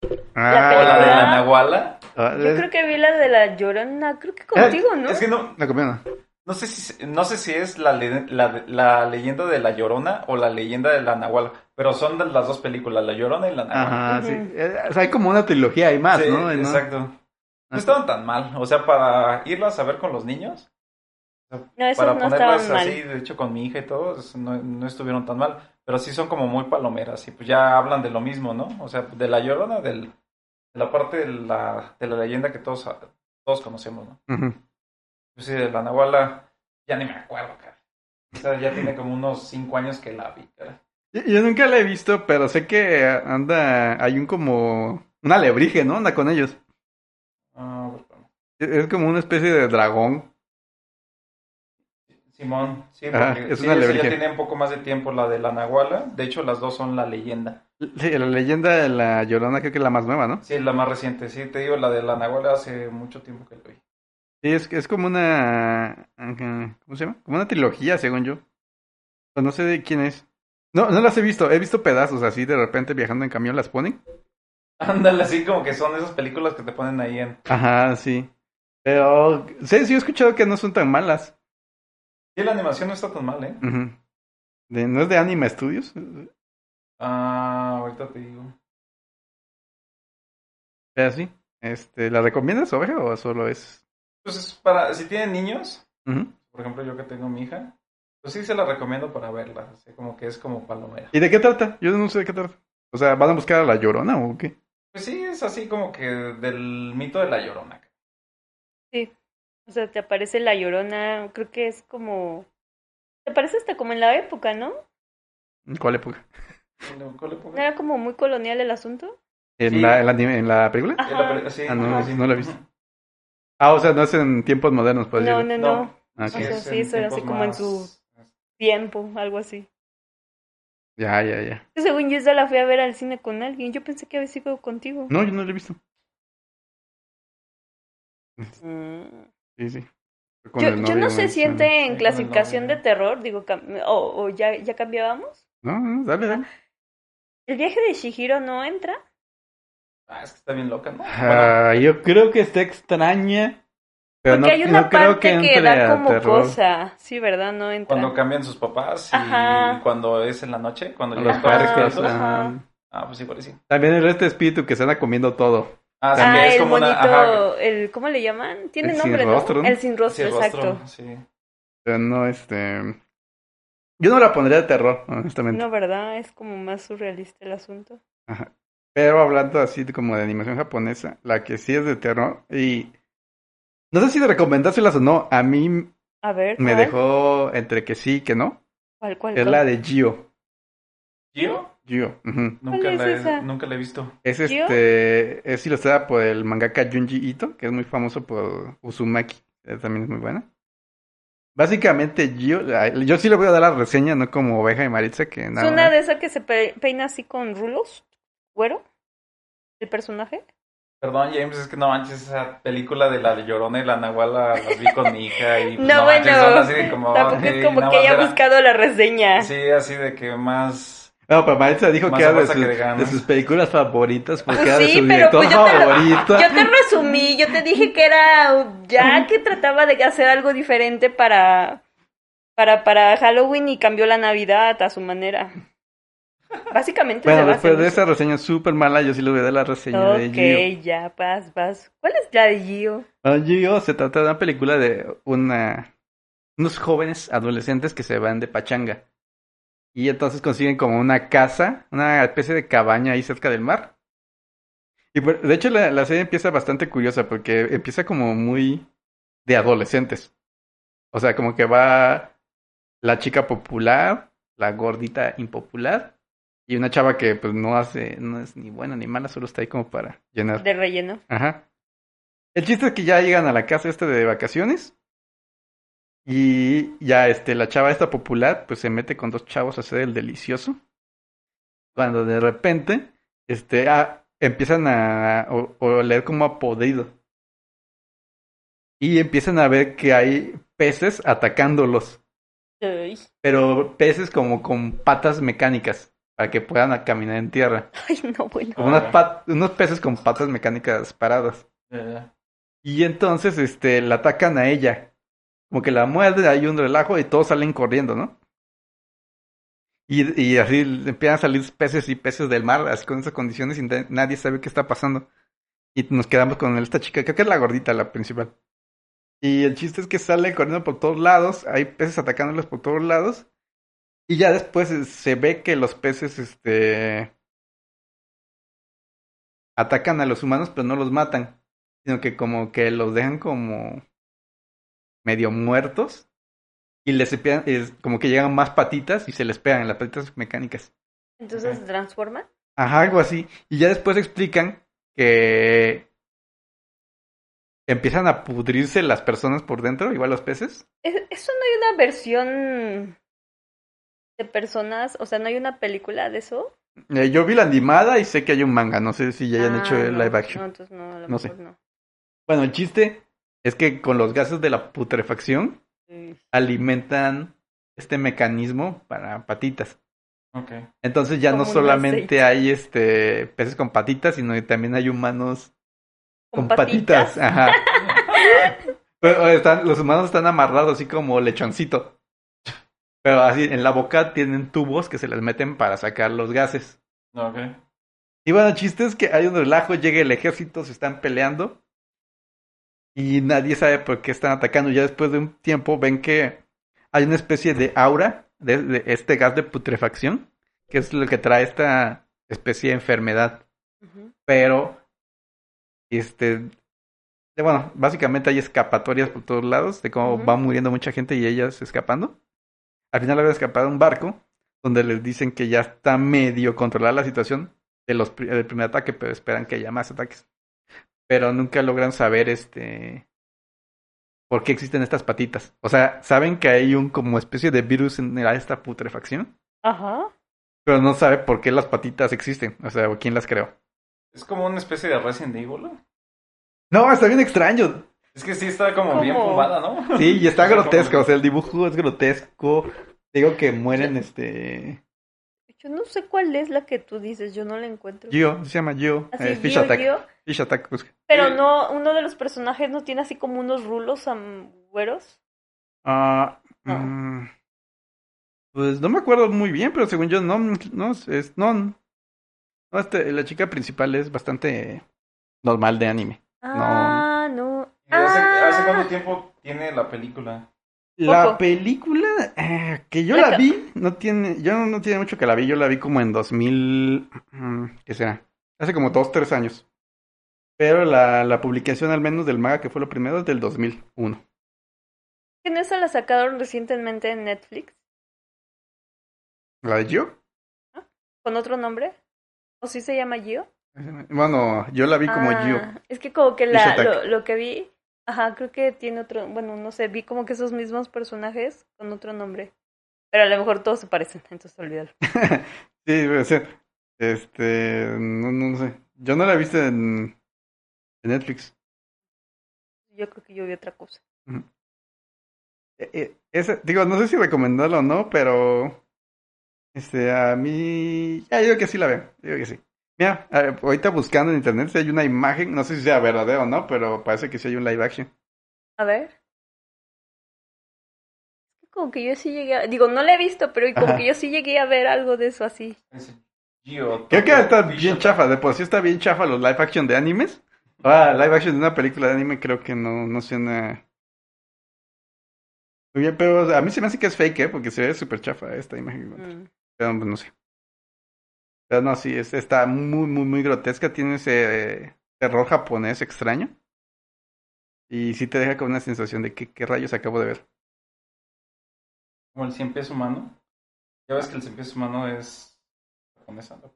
D: o
B: ah,
D: la de la
C: película.
D: nahuala.
B: ah,
C: Yo
B: es-
C: creo que vi la de la llorona, creo que contigo, ¿no?
D: Es que no,
B: no, comió, no.
D: no sé si no sé si es la, le- la, la leyenda de la llorona o la leyenda de la nahuala, pero son de las dos películas, la llorona y la nahuala.
B: Ajá,
C: Ujú.
B: sí. Eh, O sea, hay como una trilogía, hay más,
D: Sí,
B: ¿no? Ah. Hay más.
D: Exacto. No estaban tan mal, o sea, para irlas a ver con los niños.
C: No, esas
D: para
C: no
D: ponerlas
C: estaban mal.
D: así, de hecho con mi hija y todo, es- no, no estuvieron tan mal, pero sí son como muy palomeras y pues ya hablan de lo mismo, ¿no? O sea, de la llorona, del, de la parte de la, de la leyenda que todos, todos conocemos, ¿no?
B: Ujú.
D: Yo sí, de la Nahuala, ya ni me acuerdo, cara. O sea, ya tiene como unos cinco años que la vi, cara.
B: Yo- Yo nunca la he visto, pero sé que anda, hay un como, un alebrije, ¿no? Anda con ellos.
D: Ah, perdón.
B: Es- Es como una especie de dragón.
D: Simón, sí, porque
B: Ajá, Ah, es
D: sí,
B: una
D: esa ya
B: alebrije.
D: tiene un poco más de tiempo la de la Nahuala, de hecho las dos son la leyenda.
B: Sí, la leyenda de la Llorona creo que es la más nueva, ¿no?
D: Sí, la más reciente, sí, te digo, la de la Nahuala hace mucho tiempo que la vi.
B: Sí, es, es como una. ajá, ¿Cómo se llama? Como una trilogía, según yo. Pero no sé de quién es. No, no las he visto. He visto pedazos así, de repente viajando en camión las ponen.
D: Ándale, así como que son esas películas que te ponen ahí en...
B: Ajá, sí. Pero sí, sí he escuchado que no son tan malas.
D: Y la animación no está tan mal, ¿eh?
B: Ujú. De- ¿No es de Anima Studios? O
D: Ah, ahorita te digo.
B: sea, Eh, sí. Este, ¿La recomiendas, Oveja, o solo es...?
D: Pues es para, si tienen niños,
B: Ujú.
D: por ejemplo yo que tengo mi hija, pues sí se la recomiendo para verla, así como que es como palomera.
B: ¿Y de qué trata? Yo no sé de qué trata. O sea, ¿van a buscar a la Llorona o qué?
D: Pues sí, es así como que del mito de la llorona.
C: Sí. O sea, te aparece la llorona, creo que es como. Te aparece hasta como en la época, ¿no?
B: ¿En cuál época?
D: ¿Cuál época?
C: ¿No era como muy colonial el asunto?
B: ¿En,
D: Sí.
B: la, en, la, anime- en la película?
C: Ah.
D: Es la peli- sí,
B: Ah, no,
D: sí.
B: no la he visto. Ah, o sea, no es en tiempos modernos, por
C: No,
B: decirlo.
C: no, no.
D: No.
B: Ah, ok.
C: O sea,
D: es
C: sí,
D: en
C: eso era así
D: tiempos
C: como en
D: más-
C: su- Tiempo, algo así.
B: Ya, ya, ya.
C: Yo, según yo, esa la fui a ver al cine con alguien. Yo pensé que había sido contigo.
B: No, yo no la he visto.
C: Mm.
B: Sí, sí. Fue con
C: Yo,
B: el
C: yo
B: novio,
C: no sé si entra
D: Ahí con
C: en
D: el
C: clasificación de
D: novio.
C: terror, digo, cam- o, o ya, ya cambiábamos.
B: No, no, dale, dale.
C: ¿El viaje de Shihiro no entra?
D: Ah, es que está bien loca, ¿no? Bueno,
B: Ah, yo creo que está extraña. Pero
C: Porque
B: no,
C: hay una
B: no creo
C: parte que,
B: entre
C: da
B: a
C: como
B: terror.
C: cosa. Sí, ¿verdad? No entra.
D: cuando cambian sus papás y
C: Ajá.
D: cuando es en la noche, cuando
B: A
D: llegan
B: los
C: Ajá.
B: barcos.
D: perritos.
B: ajá.
C: ajá.
D: Ah, pues igual y sí.
B: También el este espíritu que se anda comiendo todo.
D: Ah, sí,
C: Ah,
D: que es
C: el
D: como
C: monito,
D: una... Ajá,
C: el, ¿cómo le llaman? Tiene
B: El sin
C: nombre, ¿no?
B: rostro, ¿no?
C: El sin
D: sí,
C: rostro,
D: el
C: exacto.
D: rostro, sí.
B: Pero no, este. Yo no la pondría de terror, honestamente.
C: No, ¿verdad? Es como más surrealista el asunto.
B: Ajá. Pero hablando así de- como de animación japonesa, la que sí es de terror y. No sé si de recomendárselas o no, a mí me
C: A ver, ¿cuál?
B: dejó entre que sí y que no.
C: ¿Cuál, cuál,
B: Es
C: cuál?
B: la de Gio.
D: ¿Yo?
B: Gio. ujú.
D: Nunca,
C: es
D: la he,
C: esa?
D: nunca la he visto.
B: Es
C: ¿Gio?
B: este. Es ilustrada por el mangaka Junji Ito, que es muy famoso por Uzumaki. eh, También es muy buena. Básicamente, Gio. la- Yo sí le voy a dar la reseña, no como Oveja y Maritza, que
C: ¿Es
B: nada.
C: una
B: más.
C: de esas que se pe- peina así con rulos? ¿Güero? ¿El personaje?
D: Perdón, James, es que no manches, esa película de la Llorona y la Nahuala las vi con mi hija y pues,
C: No,
D: manches,
C: bueno,
D: son así de como...
C: Tampoco
D: ok,
C: es como
D: nada
C: que
D: más
C: haya
D: era-
C: buscado la reseña.
D: Sí, así de que más...
B: No, pero Maritza dijo
D: Más
B: que era de
D: fuerza
B: sus,
D: que de ganas.
B: de sus películas favoritas porque
C: Pues
B: era de
C: sí,
B: su
C: pero
B: director
C: pues yo te lo-
B: favorito.
C: Yo te resumí, yo te dije que era ya que trataba de hacer algo diferente para, para, para Halloween y cambió la Navidad a su manera. Básicamente se
B: Bueno,
C: basa
B: después
C: en
B: de
C: eso.
B: esa reseña súper mala, yo sí le voy a dar la reseña de Gio.
C: Ok, ya, vas, vas. ¿Cuál es la de Gio?
B: Bueno, Gio se trata de una película de una, unos jóvenes adolescentes que se van de pachanga. Y entonces consiguen como una casa, una especie de cabaña ahí cerca del mar. Y por- de hecho la, la serie empieza bastante curiosa porque empieza como muy de adolescentes. O sea, como que va la chica popular, la gordita impopular y una chava que pues no hace, no es ni buena ni mala, solo está ahí como para llenar.
C: De relleno.
B: Ajá. El chiste es que ya llegan a la casa esta de vacaciones. Y ya este, la chava esta popular, pues se mete con dos chavos a hacer el delicioso. Cuando de repente, este, ah, empiezan a o- oler como a podrido. Y empiezan a ver que hay peces atacándolos.
C: Ay,
B: Pero peces como con patas mecánicas. Para que puedan ah, caminar en tierra.
C: ay, no, bueno.
B: Como unas
D: Ah.
B: pat- unos peces con patas mecánicas paradas.
D: eh,
B: Y entonces, este, la atacan a ella. Como que la muerden, hay un relajo y todos salen corriendo, ¿no? Y, y así empiezan a salir peces y peces del mar, así con esas condiciones y na- nadie sabe qué está pasando. Y nos quedamos con esta chica, creo que es la gordita, la principal. Y el chiste es que sale corriendo por todos lados, hay peces atacándolos por todos lados. Y ya después eh, se ve que los peces, este, atacan a los humanos, pero no los matan sino que como que los dejan como medio muertos y les empiezan- es como que llegan más patitas y se les pegan las patitas mecánicas.
C: Entonces se transforma.
B: Ajá, algo así. Y ya después explican que empiezan a pudrirse las personas por dentro, igual los peces.
C: ¿Es- ¿Eso no hay una versión de personas? O sea, ¿no hay una película de eso?
B: Eh, yo vi la animada y sé que hay un manga, no sé si ya hayan
C: Ah,
B: hecho el
C: no,
B: live action.
C: No, entonces no, a lo
B: No sé.
C: mejor no.
B: Bueno, el chiste es que con los gases de la putrefacción
C: Sí.
B: alimentan este mecanismo para patitas.
D: Ok.
B: Entonces ya
C: Como
B: no
C: un
B: solamente
C: aceite.
B: hay este peces con patitas, sino que también hay humanos
C: Con
B: con patitas.
C: patitas.
B: Ajá. Pero eh, están, los humanos están amarrados así como lechoncito. Pero así en la boca tienen tubos que se les meten para sacar los gases.
D: Ok.
B: Y bueno, el chiste es que hay un relajo, llega el ejército, se están peleando y nadie sabe por qué están atacando. Ya después de un tiempo ven que hay una especie de aura de, de este gas de putrefacción, que es lo que trae esta especie de enfermedad.
C: Ujú.
B: Pero, este, de- bueno, básicamente hay escapatorias por todos lados de cómo
C: Ujú.
B: va muriendo mucha gente y ellas escapando. Al final había escapado un barco donde les dicen que ya está medio controlada la situación de los pri- del primer ataque, pero esperan que haya más ataques. Pero nunca logran saber este por qué existen estas patitas. O sea, saben que hay un como especie de virus en la- esta putrefacción,
C: Ajá.
B: pero no sabe por qué las patitas existen, o sea, o quién las creó.
D: Es como una especie de Resident Evil. ¿no?
B: No, está bien extraño.
D: Es que sí está como bien
C: ¿Cómo?
D: fumada, ¿no?
B: Sí, y está
D: O sea,
B: grotesco,
D: como-
B: o sea, el dibujo es grotesco. Digo que mueren este
C: Yo no sé cuál es la que tú dices, yo no la encuentro.
B: Gio, se llama Gio,
C: Así,
B: eh, Fish
C: Gio,
B: Attack, Eh.
C: Gio,
B: Fish Attack, pues. busca.
C: Pero
D: Sí.
C: no, uno de los personajes no tiene así como unos rulos am- güeros.
B: Ah,
C: No.
B: mm, pues no me acuerdo muy bien, pero según yo no no es no. no este, la chica principal es bastante normal de anime.
C: Ah, no.
B: Eh,
D: ¿Y ¿Hace,
C: Ah,
D: hace cuánto tiempo tiene la película?
B: La
C: Poco.
B: película eh, que yo
C: Creo
B: la
C: que-
B: vi no tiene yo no tiene mucho que la vi, yo la vi como en 2000, mm, ¿qué será? Hace como dos, tres años. Pero la, la publicación al menos del manga que fue lo primero es del 2001.
C: ¿Que no esa la sacaron recientemente en Netflix?
B: ¿La de Gio?
C: ¿Con otro nombre? ¿O sí se llama Gio?
B: Bueno, yo la vi como
C: Ah,
B: Gio.
C: Es que como que
B: Fish
C: la,
B: Attack.
C: lo, lo que vi, ajá, creo que tiene otro, bueno, no sé, vi como que esos mismos personajes con otro nombre. Pero a lo mejor todos se parecen, entonces olvídalo.
B: Sí, o sea, este, no, no sé. Yo no la he visto en, en Netflix.
C: Yo creo que yo vi otra cosa.
B: Eh, eh, esa- digo, no sé si recomendarlo o no, pero este, a mí, ya yo digo que sí la veo, yo digo que sí. Mira, a ver, ahorita buscando en internet si hay una imagen, no sé si sea verdadero o no, pero parece que sí hay un live action.
C: A ver. Como que yo sí llegué a... Digo, no la he visto, pero como
B: Ajá.
C: que yo sí llegué a ver algo de eso así.
D: Es Gio.
B: Creo que
D: Tokyo
B: está
D: Fish
B: bien
D: Attack.
B: chafa, de por sí está bien chafa los live action de animes. Ah, live action de una película de anime creo que no, no suena muy bien, pero a mí se me hace que es fake, ¿eh? Porque se ve súper chafa esta imagen. que encontré.
C: Mm.
B: Pero pues, no sé. Pero no, sí, es, está muy, muy, muy grotesca. Tiene ese eh, terror japonés extraño. Y sí te deja con una sensación de que, qué rayos acabo de ver.
D: Como el cien pies humano. Ya ves que el cien pies humano es japonesa. ¿no?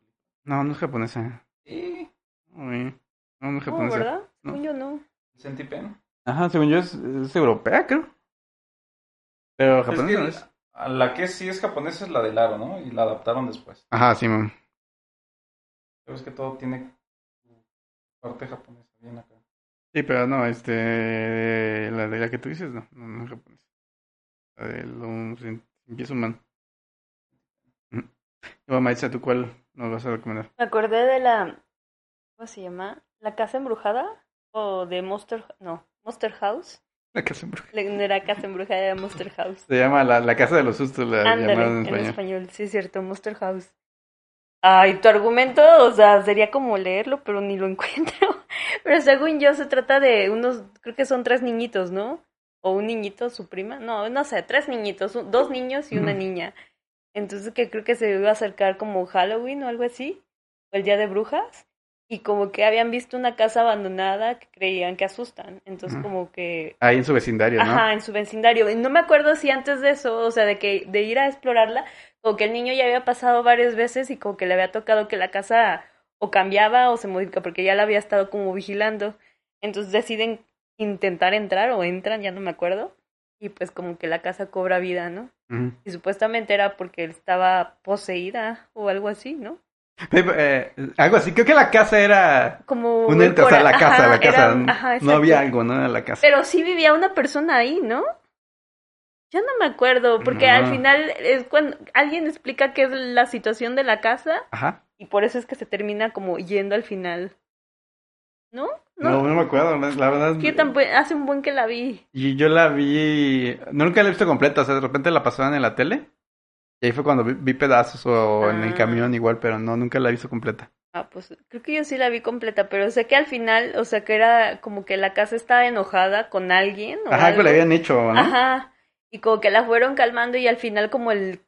B: No, no es japonesa.
D: Sí.
B: Uy, No, no es
D: Oh,
C: No,
B: japonesa.
C: ¿verdad?
B: No.
C: Según yo no.
D: El centipen.
B: Ajá, según yo es, es europea, creo. Pero
D: Es
B: japonesa
D: que
B: no es.
D: a la que sí es japonesa es la del aro, ¿no? Y la adaptaron después.
B: Ajá, sí, mam.
D: Pero es que todo tiene su parte japonesa bien acá.
B: Sí, pero no, este. La de la que tú dices, no. No, no es japonesa. La del un empieza humano. Ujú. Y, Mm. bueno, Maritza, ¿tú cuál nos vas a recomendar?
C: Me acordé de la... ¿Cómo se llama? ¿La casa embrujada? ¿O de Monster... No, Monster House?
B: La casa embru-
C: La- No era casa embrujada, era Monster House.
B: Se llama la, la casa de los sustos, la
C: Ándale,
B: llamaron en
C: en
B: español.
C: español. Sí, es cierto, Monster House. Ay, tu argumento, o sea, sería como leerlo, pero ni lo encuentro. Pero según yo, se trata de unos, creo que son tres niñitos, ¿no? O un niñito, su prima. No, no sé, tres niñitos, un- dos niños y una
B: Ujú.
C: niña. Entonces, que creo que se iba a acercar como Halloween o algo así, o el Día de Brujas. Y como que habían visto una casa abandonada que creían que asustan. Entonces,
B: Ujú.
C: como que
B: Ahí en su vecindario, ¿no?
C: Ajá, en su vecindario. Y No me acuerdo si antes de eso, o sea, de que de ir a explorarla, o que el niño ya había pasado varias veces y como que le había tocado que la casa o cambiaba o se modifica porque ya la había estado como vigilando. Entonces deciden intentar entrar o entran, ya no me acuerdo. Y pues como que la casa cobra vida, ¿no?
B: Ujú.
C: Y supuestamente era porque él estaba poseída o algo así, ¿no?
B: Eh, algo así, creo que la casa era
C: Como
B: un ente, o sea,
C: cora-
B: la casa,
C: ajá,
B: la casa.
C: era- ajá,
B: no
C: exacto.
B: había algo, ¿no? Era la casa.
C: Pero sí vivía una persona ahí, ¿no? Yo no me acuerdo, porque
B: No.
C: al final es cuando alguien explica qué es la situación de la casa
B: Ajá.
C: y por eso es que se termina como yendo al final. ¿No?
B: No,
C: No.
B: no, me acuerdo, la la verdad.
C: que tan buen- hace un buen que la vi.
B: Y yo la vi, nunca la he visto completa, o sea, de repente la pasaban en la tele. Y ahí fue cuando vi, vi pedazos o en el
C: Ah.
B: camión igual, pero no, nunca la he visto completa.
C: Ah, pues creo que yo sí la vi completa, pero sé que al final, o sea, que era como que la casa estaba enojada con alguien o
B: Ajá, que
C: algo.
B: le habían hecho, ¿no?
C: Ajá. Y como que la fueron calmando y al final como el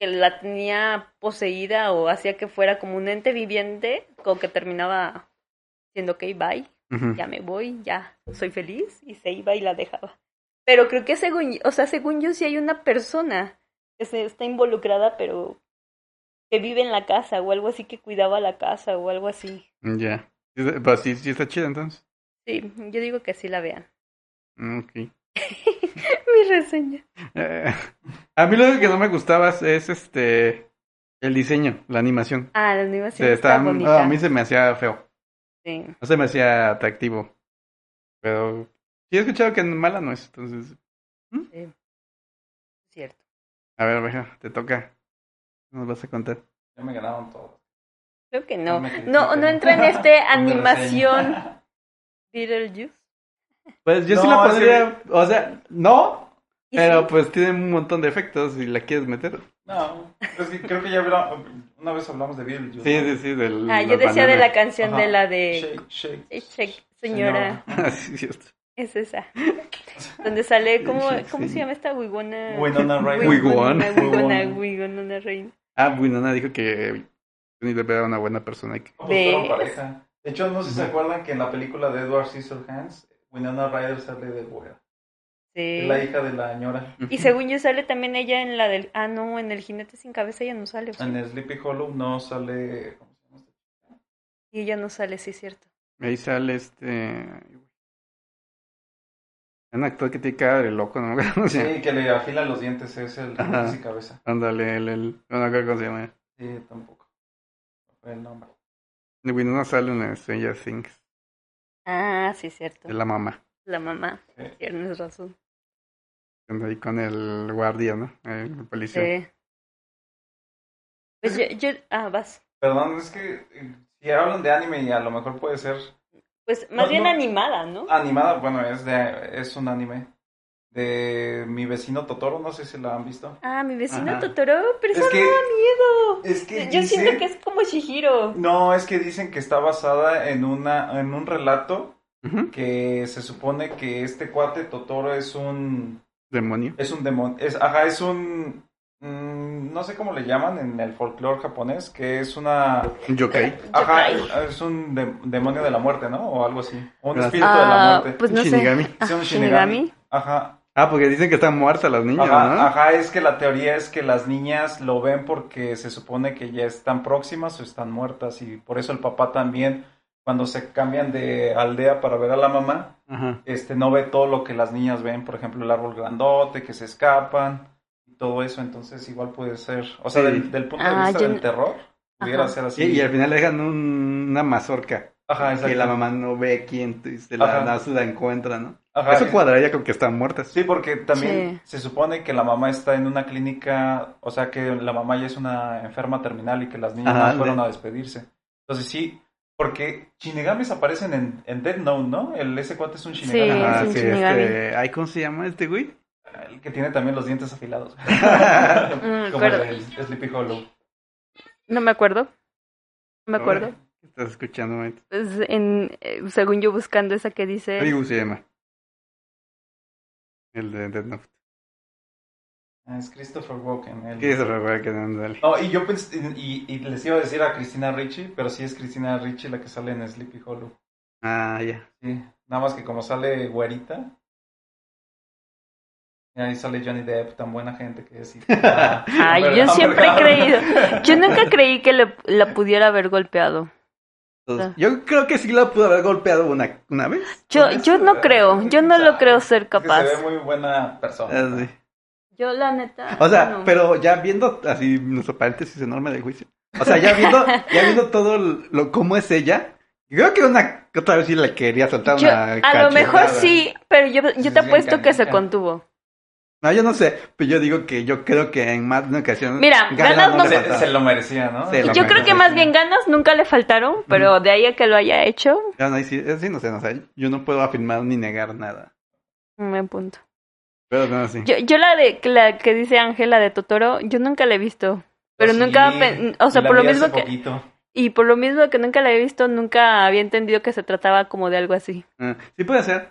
C: que la tenía poseída o hacía que fuera como un ente viviente, como que terminaba diciendo, ok, bye,
B: Ujú.
C: ya me voy, ya soy feliz y se iba y la dejaba. Pero creo que según, o sea, según yo sí hay una persona que se está involucrada, pero que vive en la casa o algo así que cuidaba la casa o algo así.
B: Ya. Sí, Pero sí, sí está chida entonces.
C: Sí, yo digo que sí la vean.
B: Mm, Ok.
C: Mi reseña.
B: Eh, a mí lo que no me gustaba es este, el diseño, la animación.
C: Ah, la animación
B: Se
C: está
B: estaba- no,
C: bonita.
B: a mí se me hacía feo,
C: Sí.
B: no se me hacía atractivo. Pero sí he escuchado que mala no es, entonces.
C: Cierto.
B: A ver, oveja, te toca. Nos vas a contar.
D: Ya me ganaron todo.
C: Creo que no.
D: me critiquen.
C: No, no entra en este
D: Con mi
C: animación
D: reseña.
C: Beetlejuice.
B: Pues yo sí
D: No,
B: la
D: es
B: pondría, o sea, no,
C: Y
B: pero
C: sí,
B: pues tiene un montón de efectos y la quieres meter.
D: No, es que creo que ya hablamos, una vez hablamos de Bill.
B: Sí, sí, sí, del
C: ah, yo
B: las
C: decía de la
B: bananas.
C: canción
D: Ajá.
C: de la de
D: Shake, shake.
C: Shake, Shake, señora.
B: Ah, Sí, es cierto.
C: Es esa. Donde sale, ¿cómo,
B: Shake,
C: cómo se
B: sí.
C: llama esta Wigona?
D: Ah. Winona Ryder.
B: Wigona.
C: Wigona, Wigona Reina.
B: Ah, Winona dijo que Johnny Depp era una buena persona. y que-
D: No, pues, fueron
C: ¿Ves?
D: pareja. De hecho, no sé si se acuerdan que en la película de Edward Scissorhands, Winona Ryder sale de güera. Es
C: Sí.
D: la hija de la ñora.
C: Y según yo sale también ella en la del... Ah, no, en el jinete sin cabeza ella no sale. ¿o sí?
D: En Sleepy Hollow no sale... ¿cómo se llama esta?
C: Y ella no sale, sí, es cierto.
B: Ahí sale este... Un actor que tiene cara de loco, no me acuerdo cómo se llama.
D: este? Sí, que le afila los dientes, es el
B: Ajá.
D: sin cabeza.
B: Ándale, el, el... No me acuerdo cómo se llama.
D: Sí, tampoco. No fue el nombre.
B: Winona sale en Stranger Things,
C: Ah, sí, es cierto.
B: de la mamá.
C: La mamá.
D: Sí.
C: Tienes razón.
B: Anda Ahí con el guardia, ¿no? El
C: Sí.
B: policía.
C: Pues yo, yo... Ah, vas.
D: Perdón, es que eh, si hablan de anime y a lo mejor puede ser
C: Pues más
D: No,
C: bien
D: no.
C: animada, ¿no?
D: animada, bueno, es de es un anime de mi vecino Totoro, no sé si la han visto.
C: Ah, mi vecino
B: Ajá.
C: Totoro, pero eso
D: Es que
C: no da miedo.
D: es que
C: Yo
D: dice-
C: siento que es como Shihiro.
D: No, es que dicen que está basada en una en un relato
B: Ujú.
D: que se supone que este cuate Totoro es un
B: Demonio.
D: es un demonio, es ajá, es un mm, no sé cómo le llaman en el folclore japonés, que es una
B: Un yokai.
D: Ajá,
C: Yokai.
D: es un de- demonio de la muerte, ¿no? O algo así. O un
B: Gracias.
D: espíritu de la muerte.
C: pues no sé.
B: Shinigami.
C: Ah,
D: Es un
C: Shinigami.
D: Ajá,
B: Ah, porque dicen que están muertas las niñas,
D: ajá,
B: ¿no?
D: ajá, es que la teoría es que las niñas lo ven porque se supone que ya están próximas o están muertas y por eso el papá también, cuando se cambian de aldea para ver a la mamá,
B: Ajá.
D: este, no ve todo lo que las niñas ven, por ejemplo, el árbol grandote, que se escapan y todo eso, entonces igual puede ser, o sea,
B: Sí.
D: del, del punto de
C: Ah,
D: vista
C: yo
D: del
C: no-
D: terror, pudiera
C: Ajá.
D: ser así.
B: Y, y al final le dejan un- una mazorca.
D: Ajá,
B: Que
D: exacto.
B: la mamá no ve quién y se la,
D: Ajá.
B: no se la encuentra, ¿no?
D: Ajá,
B: Eso
D: es-
B: cuadraría con que están muertas.
D: Sí, porque también
C: Sí.
D: se supone que la mamá está en una clínica, o sea que la mamá ya es una enferma terminal y que las niñas
B: Ajá,
D: no fueron
B: ándale.
D: a despedirse. Entonces sí, porque Shinigamis aparecen en, en Death Note, ¿no? El ese cuate es un Shinigami.
C: Sí,
B: Ajá,
C: es un
B: sí,
C: Shinigami.
B: este... ay, ¿Cómo se llama este güey?
D: El que tiene también los dientes afilados. Como el
C: Mm, acuerdo.
D: del Sleepy Hollow.
C: No me acuerdo. No me
B: No,
C: acuerdo.
B: eh, Estás escuchando, mate.
C: Pues en, eh, según yo buscando esa que dice...
B: Ryugu se llama. El de Death Note.
D: Ah, Es Christopher Walken. el-
B: ¿Qué es eso? Que ándale.
D: No, y yo pensé, y, y les iba a decir a Cristina Ricci, pero sí es Cristina Ricci la que sale en Sleepy Hollow.
B: Ah, ya.
D: Sí, nada más que como sale güerita. Y ahí sale Johnny Depp, tan buena gente que es. y- Ah,
C: Ay,
D: hombre,
C: yo
D: hombre,
C: siempre he
D: hombre.
C: creído. Yo nunca creí que le- la pudiera haber golpeado.
B: Entonces,
C: Ah.
B: Yo creo que sí la pudo haber golpeado una, una vez.
C: Yo,
D: Pues,
C: yo no
D: eh,
C: creo. Yo no lo
D: chale,
C: creo ser
D: Es que
C: capaz.
D: se ve muy buena persona.
B: Así.
C: Yo la neta...
B: Ah, O sea,
C: no.
B: pero ya viendo así nuestro paréntesis enorme del juicio, O sea, ya viendo, ya viendo todo lo cómo es ella, creo que una otra vez sí le quería soltar
C: Yo-
B: una
C: a lo mejor
B: cachetada.
C: sí, pero yo,
A: Sí,
C: yo te
A: sí,
C: apuesto que se
A: encanta.
C: contuvo.
B: No, yo no sé, pero yo digo que yo creo que en más de una ocasión.
C: Mira,
B: Gala
C: ganas no-
B: le
D: Se,
B: faltaba.
D: se lo merecía, ¿no?
B: Se lo
C: Yo creo
B: merecía.
C: que más bien ganas nunca le faltaron, pero de ahí a que lo haya hecho,
B: Ya, no, ahí sí, eh, sí, no sé, no sé. Yo no puedo afirmar ni negar nada.
C: me apunto.
B: Pero no, sí.
C: Yo, yo la de la que dice Ángela de Totoro, yo nunca la he visto. Pero
D: Sí,
C: nunca, pe- o sea,
D: la
C: por lo
D: vi hace
C: mismo que
D: poquito.
C: y por lo mismo que nunca la he visto, nunca había entendido que se trataba como de algo así.
B: Ah, sí puede ser.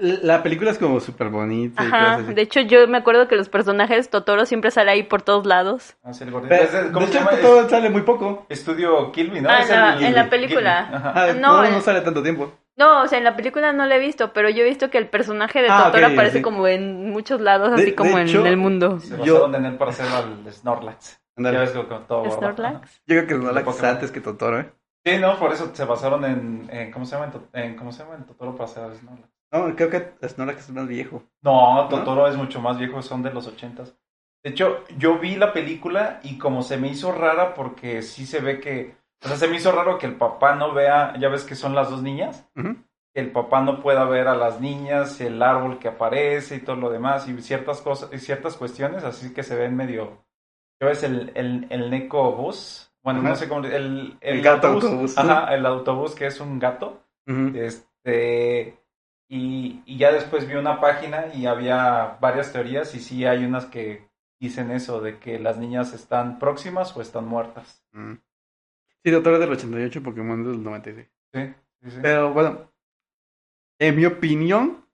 B: La película es como súper bonita. y
C: Ajá.
B: cosas así.
C: De hecho, yo me acuerdo que los personajes Totoro siempre sale ahí por todos lados.
D: Ah, sí, el gordito.
B: Pero,
D: Es el- ¿Cómo
B: de
D: se
B: hecho,
D: llama?
B: todo sale muy poco.
D: Es- Estudio Kilby, ¿no?
C: Ah,
D: Es
C: en la-
D: el-
C: en la película.
D: Kilby, ajá.
B: Ah,
C: no,
B: no,
C: eh.
B: no sale tanto tiempo.
C: No, o sea, en la película no la he visto, pero yo he visto que el personaje de
B: Ah,
C: Totoro
B: ok,
C: aparece
B: sí.
C: como en muchos lados,
B: De-
C: así como
B: de hecho,
C: en el mundo.
D: Se
B: Yo-
D: basaron en él para hacer al Snorlax.
B: Ándale.
D: Ya ves lo que todo
B: oh,
D: gordo.
C: ¿Snorlax?
B: Yo creo que no
D: De
B: la
D: Pokémon.
B: antes que Totoro, ¿eh?
D: Sí, no, por eso se basaron en, en ¿cómo se llama? En, To- en- ¿Cómo se llama? En Totoro para hacer al Snorlax.
B: No, creo que Snorlax es más viejo.
D: No, Totoro es mucho más viejo, son de los ochentas. De hecho, yo vi la película y como se me hizo rara porque sí se ve que, o sea, se me hizo raro que el papá no vea, ya ves que son las dos niñas,
B: Ujú.
D: que el papá no pueda ver a las niñas, el árbol que aparece y todo lo demás y ciertas cosas y ciertas cuestiones, así que se ven medio, ya ves el el el Neko Bus, bueno,
B: Ajá.
D: no sé cómo le- el
B: El gato
D: autobús,
B: autobús.
D: ajá, el autobús que es un gato.
B: Ujú.
D: Este, y, y ya después vi una página y había varias teorías y sí hay unas que dicen eso, de que las niñas están próximas o están muertas.
B: Mm. Sí, Totoro es del 88, Pokémon es del 96.
D: Sí, sí, sí.
B: Pero bueno, en mi opinión,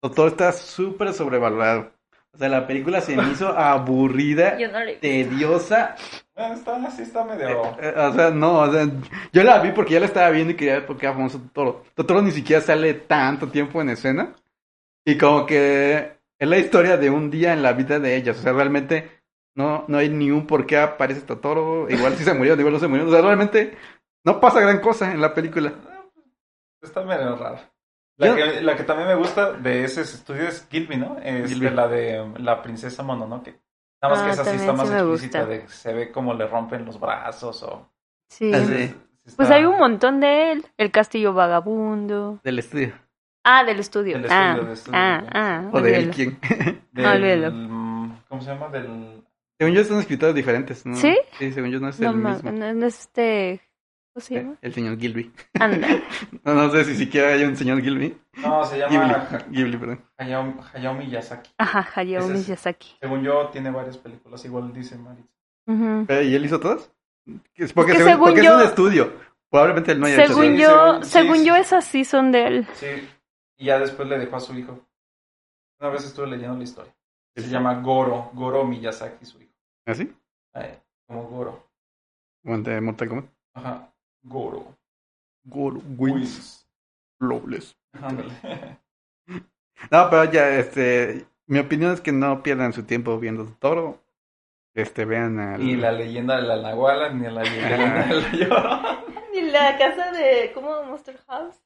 B: Totoro está súper sobrevalorado. O sea, la película se me hizo aburrida,
C: Yo no la he visto.
B: tediosa.
D: Ah, Está, sí está medio...
B: Eh, o sea, no, o sea, yo la vi porque ya la estaba viendo y quería ver por qué era famoso Totoro. Totoro ni siquiera sale tanto tiempo en escena. Y como que es la historia de un día en la vida de ellas. O sea, realmente no, no hay ni un por qué aparece Totoro. Igual si se murió, igual no se murió. O sea, realmente no pasa gran cosa en la película.
D: Está medio raro. La
B: Yo-
D: que, la que también me gusta de ese estudio es Gilby, ¿no? Es
B: Gilby.
D: de la de um, la princesa Mononoke. Nada más
C: Ah,
D: que esa sí está
C: también
D: más
C: sí me
D: explícita,
C: gusta.
D: de que se ve como le rompen los brazos o...
C: Sí.
B: Ah, sí.
C: Pues
D: está-
C: hay un montón de él. El castillo vagabundo.
B: Del estudio.
C: Ah, del estudio.
D: Del
C: ah,
D: estudio, del estudio,
C: ah,
D: ya.
C: ah.
B: O de él,
C: olvídalo.
B: ¿quién?
D: del-
C: Ah, olvídalo.
D: mm, ¿Cómo se llama? Del...
B: Según yo son escritores diferentes, ¿no?
C: ¿Sí?
B: Sí, según yo no es
C: No,
B: el
C: ma-
B: mismo.
C: no, no es este... ¿Cómo se llama?
B: Eh, El señor Gilby.
C: Anda.
B: No, no sé si siquiera hay un señor Gilby.
D: No, se
B: Ghibli,
D: llama Ha-
B: Ghibli, perdón.
D: Hayao, Hayao Miyazaki.
C: Ajá, Hayao
D: Ese es-
C: Miyazaki.
D: Según yo, tiene varias películas, igual dice Maritza.
C: Ujú.
B: Pero, ¿Y él hizo todas? Es porque,
C: que
B: según,
C: según
B: porque
C: yo-
B: es un estudio. Probablemente él no haya hecho
C: Según
B: todas.
D: sí,
C: yo,
D: según- sí,
C: según
D: sí.
C: yo esas sí son de él.
D: Sí, y ya después le dejó a su hijo. Una vez estuve leyendo la historia. Se llama Goro, Goro Miyazaki, su hijo.
B: ¿Así?
D: Ahí, como Goro.
B: Como el de Mortal Kombat.
D: Ajá, Goro.
B: Goro
D: Wins.
B: Flawless.
D: Ándale.
B: No, pero ya, este... Mi opinión es que no pierdan su tiempo viendo Toro. Este, vean al...
D: Ni la leyenda de la Nahuala, ni la leyenda
B: Ah.
D: del Lloro.
C: ¿Y la casa de... ¿Cómo? Monster House.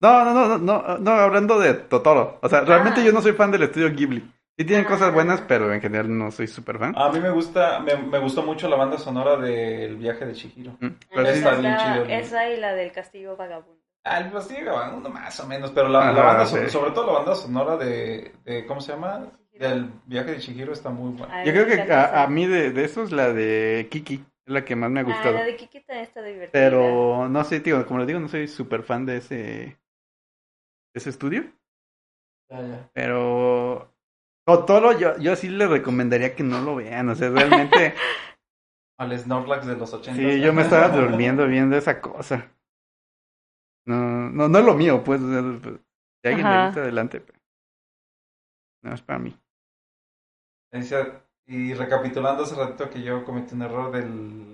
B: No, no, no, no, no, no, hablando de Totoro. O sea, realmente
C: Ah.
B: yo no soy fan del estudio Ghibli. Sí tienen
C: Ah.
B: cosas buenas, pero en general no soy súper fan.
D: A mí me gusta, me, me gustó mucho la banda sonora del viaje de Chihiro.
B: Mm, Pero sí,
D: Está bien chido, ¿no?
C: esa y la del castillo vagabundo.
D: Ah, pues sí, uno más o menos, pero la, la
B: Ajá,
D: banda,
B: Ah, sí.
D: sonora- sobre todo la banda sonora de, de- ¿cómo se llama? Del viaje de Chihiro está muy buena.
C: Ay,
B: Ah, yo creo
C: me
B: que
C: encanta
B: a,
C: esa.
B: a mí de, de esos, la de Kiki es la que más me ha
C: Ah,
B: gustado.
C: la de Kiki también está divertida.
B: Pero no sé, tío, como les digo, no soy súper fan de ese, de ese estudio. Pero Totoro, yo, yo sí les recomendaría que no lo vean. O sea, realmente,
D: Al Snorlax de los 80.
B: sí, yo me estaba durmiendo viendo esa cosa. No, no, no es lo mío, pues. o sea, pues, si alguien le
C: Ajá.
B: gusta, adelante. pero No es para mí.
D: Decía- Y recapitulando hace ratito que yo cometí un error de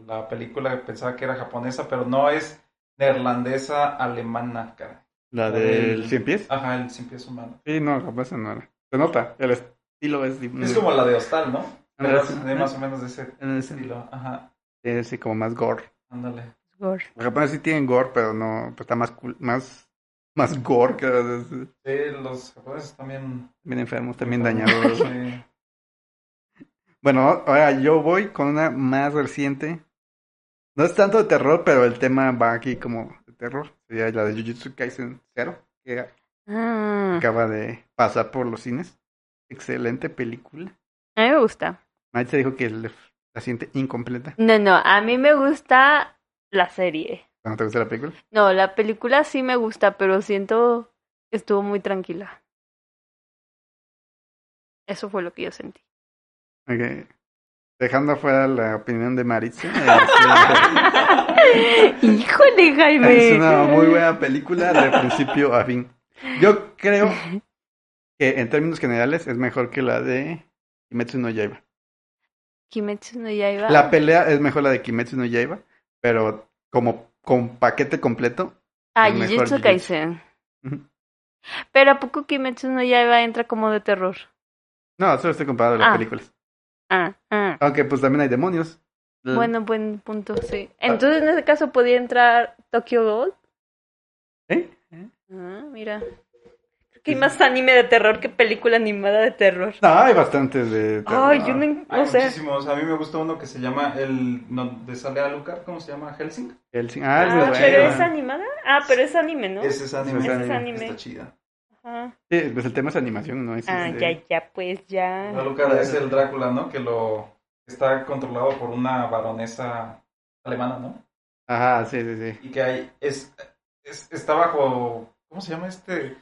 D: la película, pensaba que era japonesa, pero no es neerlandesa alemana, cara.
B: La
D: La
B: del
D: del-
B: cien pies.
D: Ajá, el sin pies humano.
B: Sí, no, capaz esa no era. Se nota, el estilo es...
D: Es como la de Hostal, ¿no? Pero
B: Ándale,
D: es
B: sí.
D: de más o menos de ese
B: en ese-
D: estilo. Ajá,
B: eh, sí, como más gore.
D: ándale.
C: Gore.
B: Los japoneses sí tienen gore, pero no, pues está más cool- más, más gore que bien
D: Sí, los japoneses también...
B: enfermos, también dañados.
D: Sí.
B: bueno, ahora yo voy con una más reciente No es tanto de terror, pero el tema va aquí como de terror. Sería la de Jujutsu Kaisen 0, que
C: Ah,
B: acaba de pasar por los cines. Excelente película.
C: a mí me gusta.
B: Mike se dijo que le- la siente incompleta.
C: No, no, a mí me gusta la serie.
B: ¿No te gusta la película?
C: No, la película sí me gusta, pero siento que estuvo muy tranquila. Eso fue lo que yo sentí.
B: Ok. Dejando afuera la opinión de Maritza. este,
C: Híjole, Jaime.
B: Es una muy buena película de principio a fin. Yo creo que en términos generales es mejor que la de Kimetsu no Yaiba.
C: Kimetsu no Yaiba.
B: La pelea es mejor la de Kimetsu no Yaiba, pero como con paquete completo.
C: ah,
B: el mejor
C: Jujutsu
B: Jujutsu.
C: Kaisen.
B: Ujú.
C: Pero ¿a poco Kimetsu no Yaiba entra como de terror?
B: No, solo estoy comparando las
C: Ah.
B: películas.
C: Ah, ah.
B: Aunque pues también hay demonios. Mm.
C: Bueno, buen punto, sí.
B: Ah.
C: Entonces, en ese caso, ¿podía entrar Tokyo Gold?
B: ¿Eh?
C: Ah, mira. Creo que hay más anime de terror que película animada de terror.
B: No, hay bastantes de... terror.
C: Ay, yo no, en-
D: Ah, Hay
C: no sé.
D: muchísimos. A mí me gusta uno que se llama el. No, de sale a Lucar, ¿cómo se llama? Helsing.
B: El cin-
C: Ah,
B: Ah, es muy
D: bueno.
C: pero
B: bueno.
C: es animada. Ah, pero es anime, ¿no?
D: Ese es anime.
B: Ese es
C: anime.
D: Está chida.
C: Ajá.
B: Sí, pues el tema es animación, no es...
C: Ah,
B: este-
C: ya, ya, pues ya.
D: A Lucar es el Drácula, ¿no? Que lo. Está controlado por una baronesa alemana, ¿no?
B: Ajá, sí, sí, sí.
D: Y que hay. Es, es- está bajo. ¿Cómo se llama este?
B: Eh,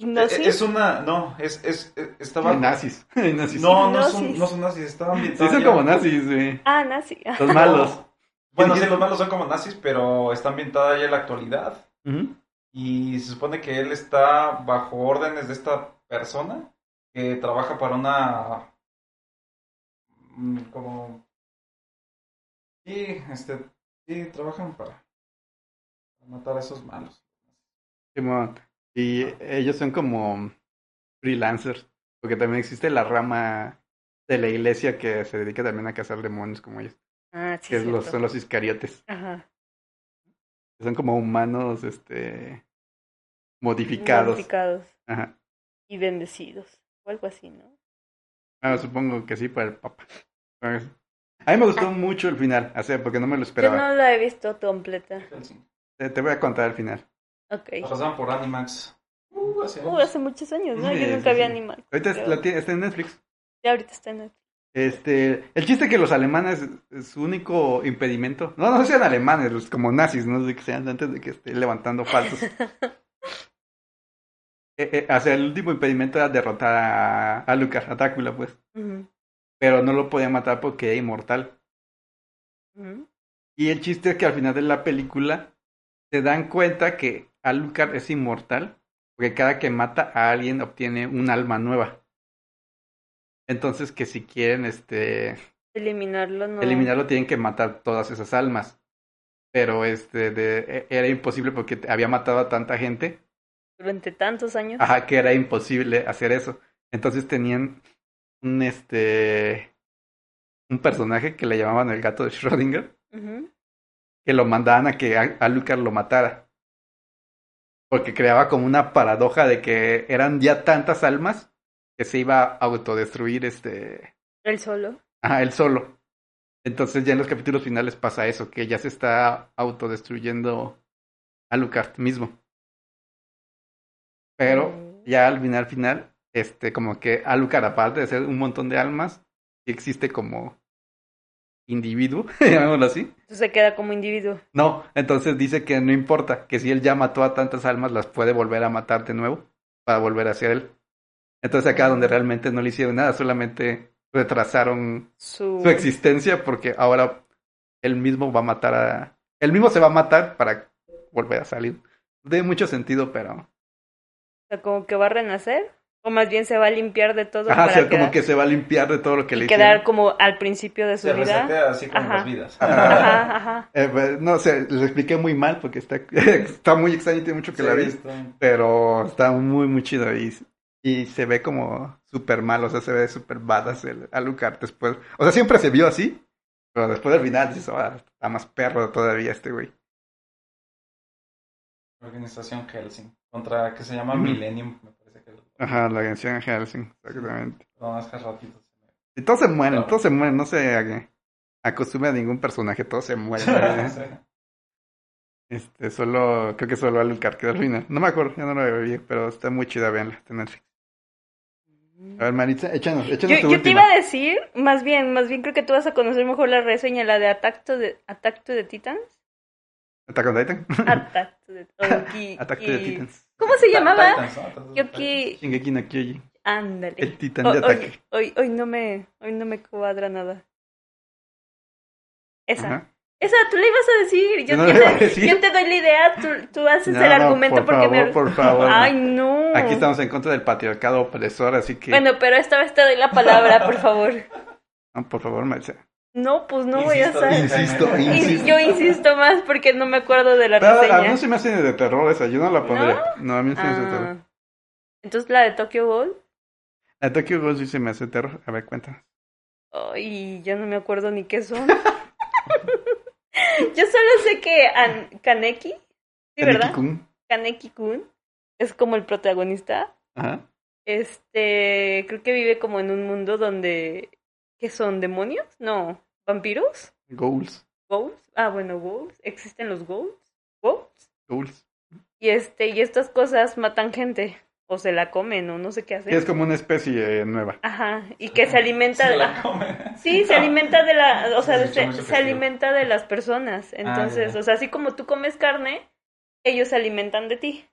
C: No,
D: es,
C: sí.
D: es una. No, es. es, es- está
B: Hay
D: bajo.
B: nazis. Hay nazis.
D: No, no son,
C: Nazis.
D: no son nazis, está
B: Sí,
D: ambientado.
B: son
D: ya-
B: como nazis, sí.
C: Ah, nazi. Ah,
B: Los malos.
D: Bueno, sí, los malos son como nazis, pero está ambientada ya en la actualidad.
B: Ujú.
D: Y se supone que él está bajo órdenes de esta persona que trabaja para una. mm, Como. Sí, este. Sí, trabajan para. para matar a esos malos.
B: Simón. Y ellos son como freelancers, porque también existe la rama de la iglesia que se dedica también a cazar demonios como ellos,
C: Ah, sí,
B: que es los,
C: cierto.
B: son los iscariotes,
C: Ajá.
B: que son como humanos este modificados.
C: Modificados
B: Ajá.
C: y bendecidos. O algo así, ¿no?
B: Ah, supongo que sí, para el papa. A mí me gustó mucho el final, o sea, porque no me lo
C: Ah. Yo
B: esperaba.
C: no la he visto completa.
D: Hellsing.
B: Te, te voy a contar el final.
C: Ok.
D: La pasaban por Animax. Uh, hace
C: Uh,
D: años.
C: hace muchos años, ¿no?
B: Sí,
C: Yo
B: sí,
C: nunca vi
B: sí.
C: animal.
B: Ahorita es-
C: Pero-
B: la tiene- está en Netflix.
C: Ya ahorita está en el...
B: Este, el chiste es que los alemanes, su único impedimento, no, no sean alemanes, los como nazis, no de que sean antes de que esté levantando falsos. Eh, eh, o sea, el último impedimento era derrotar a, a Lucas, a Drácula, pues,
C: Ujú,
B: pero no lo podía matar porque era inmortal.
C: ujú.
B: Y el chiste es que al final de la película se dan cuenta que Alucard es inmortal, porque cada que mata a alguien obtiene un alma nueva. Entonces que si quieren, este,
C: Eliminarlo no.
B: eliminarlo tienen que matar todas esas almas. Pero este de- e- era imposible porque te- había matado a tanta gente,
C: Durante tantos años.
B: ajá, que era imposible hacer eso. Entonces tenían un este un personaje que le llamaban el gato de Schrödinger,
C: Ujú.
B: que lo mandaban a que a- Alucard lo matara. Porque creaba como una paradoja de que eran ya tantas almas que se iba a autodestruir este
C: Él solo.
B: Ajá, él solo. Entonces ya en los capítulos finales pasa eso, que ya se está autodestruyendo Alucard mismo. Pero
C: Mm.
B: ya al final final, este, como que Alucard, aparte de ser un montón de almas, sí existe como individuo, llamémoslo así.
C: Entonces se queda como individuo.
B: No, entonces dice que no importa, que si él ya mató a tantas almas, las puede volver a matar de nuevo para volver a ser él. Entonces acá donde realmente no le hicieron nada, solamente retrasaron
C: Su...
B: su existencia porque ahora él mismo va a matar a... Él mismo se va a matar para volver a salir. No tiene mucho sentido, pero...
C: o sea, como que va a renacer. O más bien se va a limpiar de todo.
B: Ajá, o
C: para
B: sea, como
C: quedar-
B: que se va a limpiar de todo lo que
C: y
B: le
C: quedar
B: hicieron.
C: como al principio de su
D: Se
C: vida.
D: resetea así como
C: Ajá.
D: las vidas.
C: Ajá, ajá.
B: Eh, pues, no sé, lo expliqué muy mal porque está, está muy extraño y tiene mucho Ah, que
D: Sí,
B: la vi.
D: está-
B: Pero está muy, muy chido y, y se ve como súper mal, o sea, se ve súper badass el Alucard después. O sea, siempre se vio así, pero después del final dices, "Ah, está más perro todavía este güey.
D: Organización Helsing. Contra que se llama
B: Ujú.
D: Millennium, me parece que.
B: Ajá, la canción Helsing, exactamente.
D: No, hace ratito.
B: Y todos se mueren,
D: Claro.
B: todos se mueren, no sé. acostumbra a ningún personaje, todos se mueren. ¿eh? Este, solo, creo que solo Alucard quedó al final. No me acuerdo, ya no lo vi, pero está muy chida, véanla, está en Netflix. A ver, Maritza, échanos, échanos
C: Yo,
B: tu
C: yo te
B: última.
C: iba a decir, más bien, más bien creo que tú vas a conocer mejor la reseña, la de Attack to the, Attack to the Titans.
B: Attack on Titan.
C: Attack to the, o Ki-
B: Attack to
C: Ki-
B: the Titans.
C: ¿Cómo se llamaba?
D: Titans, ¿no? Titans,
C: Yo
D: Titans.
C: que...
B: Shingeki no Kyojin.
C: Ándale.
B: El titán
C: Ho-
B: de ataque.
C: hoy, hoy, hoy no me, hoy no me cuadra nada. Esa.
B: Ajá.
C: Esa, tú le ibas a decir. Yo,
B: Yo no
C: yo
B: le
C: te,
B: iba a decir.
C: yo te doy la idea, tú, tú haces
B: No,
C: el
B: no,
C: argumento
B: por
C: porque
B: favor,
C: me...
B: por favor.
C: Ay, no.
B: Aquí estamos en contra del patriarcado opresor, así que...
C: Bueno, pero esta vez te doy la palabra, por favor.
B: No, por favor, Maritza.
C: No, pues no voy a
D: Insisto,
C: saber.
B: Insisto,
D: Ay,
C: Y
B: insisto.
C: yo insisto más porque no me acuerdo de la
B: Pero a mí
C: reseña.
B: no se me hace de terror esa, yo no la pondría. No, a mí no se me hace de terror.
C: Ah. Entonces la de Tokyo Ghoul,
B: La Tokyo Ghoul sí se me hace de terror. A ver, cuenta.
C: ay, ya no me acuerdo ni qué son. Yo solo sé que An- Kaneki, sí, ¿verdad?
B: Kaneki-kun.
C: Kaneki Kun es como el protagonista.
B: Ajá.
C: Este, creo que vive como en un mundo donde ¿qué son demonios? No, vampiros,
B: Ghouls.
C: ghouls. Ah, bueno, ghouls, existen los ghouls. Ghouls.
B: Ghouls.
C: Y este, y estas cosas matan gente o se la comen o no sé qué
B: Y es
C: hacen.
B: como una especie eh, nueva.
C: Ajá, y que se alimenta
D: Se
C: de
D: la come. Ah.
C: Sí, se alimenta de la, o sea, se,
D: Se escucha muy
C: se
D: sugestivo.
C: alimenta de las personas. Entonces,
D: Ah, ya, ya.
C: o sea, así como tú comes carne, ellos se alimentan de ti.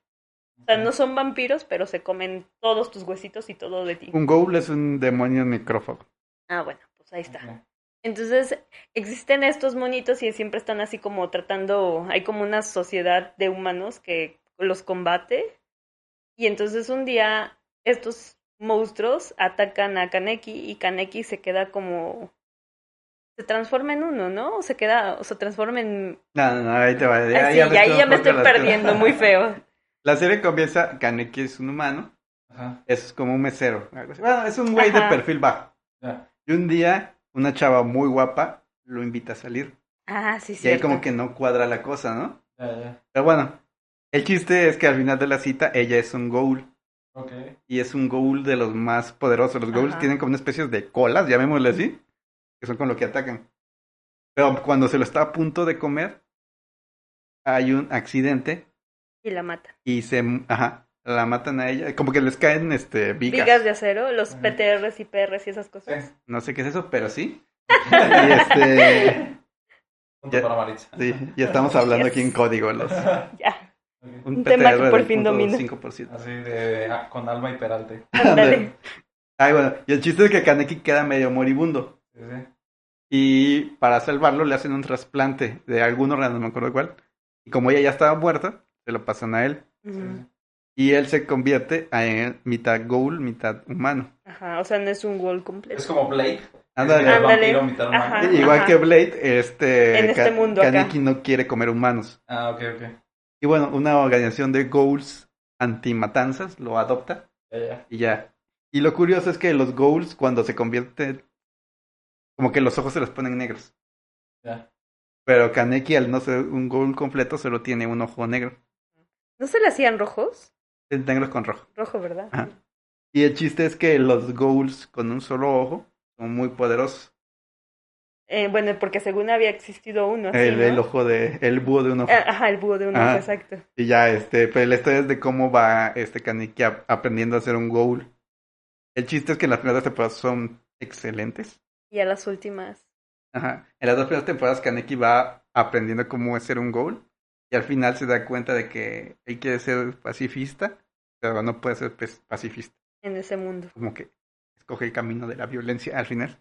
C: O sea, no son vampiros, pero se comen todos tus huesitos y todo de ti.
B: Un ghoul es un demonio micrófago.
C: Ah, bueno, pues ahí está.
D: Ok.
C: Entonces, existen estos monitos y siempre están así como tratando, hay como una sociedad de humanos que los combate. Y entonces un día estos monstruos atacan a Kaneki y Kaneki se queda como... Se transforma en uno, ¿no? O se queda, o se transforma en...
B: No, no, no, ahí te va.
C: Ay, Ah, sí,
B: ves
C: ahí
B: cómo
C: ya me estoy
B: corta las cosas.
C: perdiendo muy feo.
B: La serie comienza, Kaneki es un humano,
D: Ajá,
B: es como un mesero. algo así. Bueno, es un güey de
C: Ajá.
B: perfil bajo.
D: ya.
B: Y un día, una chava muy guapa lo invita a salir.
C: Ah, sí,
B: Y
C: sí.
B: ahí como que no cuadra la cosa, ¿no?
D: Ya, ya.
B: Pero bueno, el chiste es que al final de la cita, ella es un ghoul.
D: Ok.
B: y es un ghoul de los más poderosos. Los ghouls
C: Ajá.
B: tienen como una especie de colas, llamémosle así, que son con lo que atacan. Pero cuando se lo está a punto de comer, hay un accidente
C: Y la mata.
B: y se, ajá, la matan a ella. Como que les caen, este, vigas.
C: Vigas de acero, los
D: Ajá.
C: PTRs y PRs y esas
D: Sí.
C: cosas.
B: No sé qué es eso, pero sí. y este,
D: Punto
B: Ya.
D: para Maritza.
B: sí, ya estamos hablando
C: Yes.
B: aquí en código. Los,
C: Ya,
D: Ok.
B: un
C: tema que
B: PTR
C: por
B: del
C: fin
B: punto
C: domino.
B: 5%.
D: Así de ah, con alma y peralte.
C: ándale.
B: Ay, bueno, y el chiste es que Kaneki queda medio moribundo.
D: Sí, sí.
B: Y para salvarlo le hacen un trasplante de algún órgano, no me acuerdo cuál. Y como ella ya estaba muerta, se lo pasan a él.
D: Sí,
C: Ujú.
D: sí.
B: Y él se convierte a- en mitad ghoul, mitad humano.
C: Ajá, o sea, no es un gol completo.
D: Es como Blade.
B: Ándale.
D: Es mitad
C: Ándale.
D: vampiro, mitad humano.
C: Ah, Ajá.
B: Igual que Blade, este,
C: En este
B: Ka-
C: mundo acá.
B: Kaneki no quiere comer humanos.
D: Ah, ok, ok.
B: Y bueno, una organización de ghouls antimatanzas lo adopta
D: Ya, ya.
B: y ya. Y lo curioso es que los ghouls cuando se convierten, como que los ojos se los ponen negros.
D: ya.
B: Pero Kaneki al no ser un ghoul completo solo tiene un ojo negro.
C: ¿No se le hacían rojos?
B: Es negro con rojo.
C: Rojo, ¿verdad?
B: Ajá. Y el chiste es que los ghouls con un solo ojo son muy poderosos.
C: Eh, bueno, porque según había existido uno así,
B: el,
C: Ah, ¿no?
B: el ojo de, el búho de un ojo.
C: Ah, Ajá, el búho de un ojo,
B: Ajá.
C: exacto.
B: Y ya, este, pues la historia es de cómo va este Kaneki a- aprendiendo a ser un ghoul. El chiste es que las primeras temporadas son excelentes.
C: Y a las últimas.
B: Ajá. En las dos primeras temporadas Kaneki va aprendiendo cómo es ser un ghoul. Y al final se da cuenta de que él quiere ser pacifista, pero no puede ser pues, pacifista.
C: En ese mundo.
B: Como que escoge el camino de la violencia al final.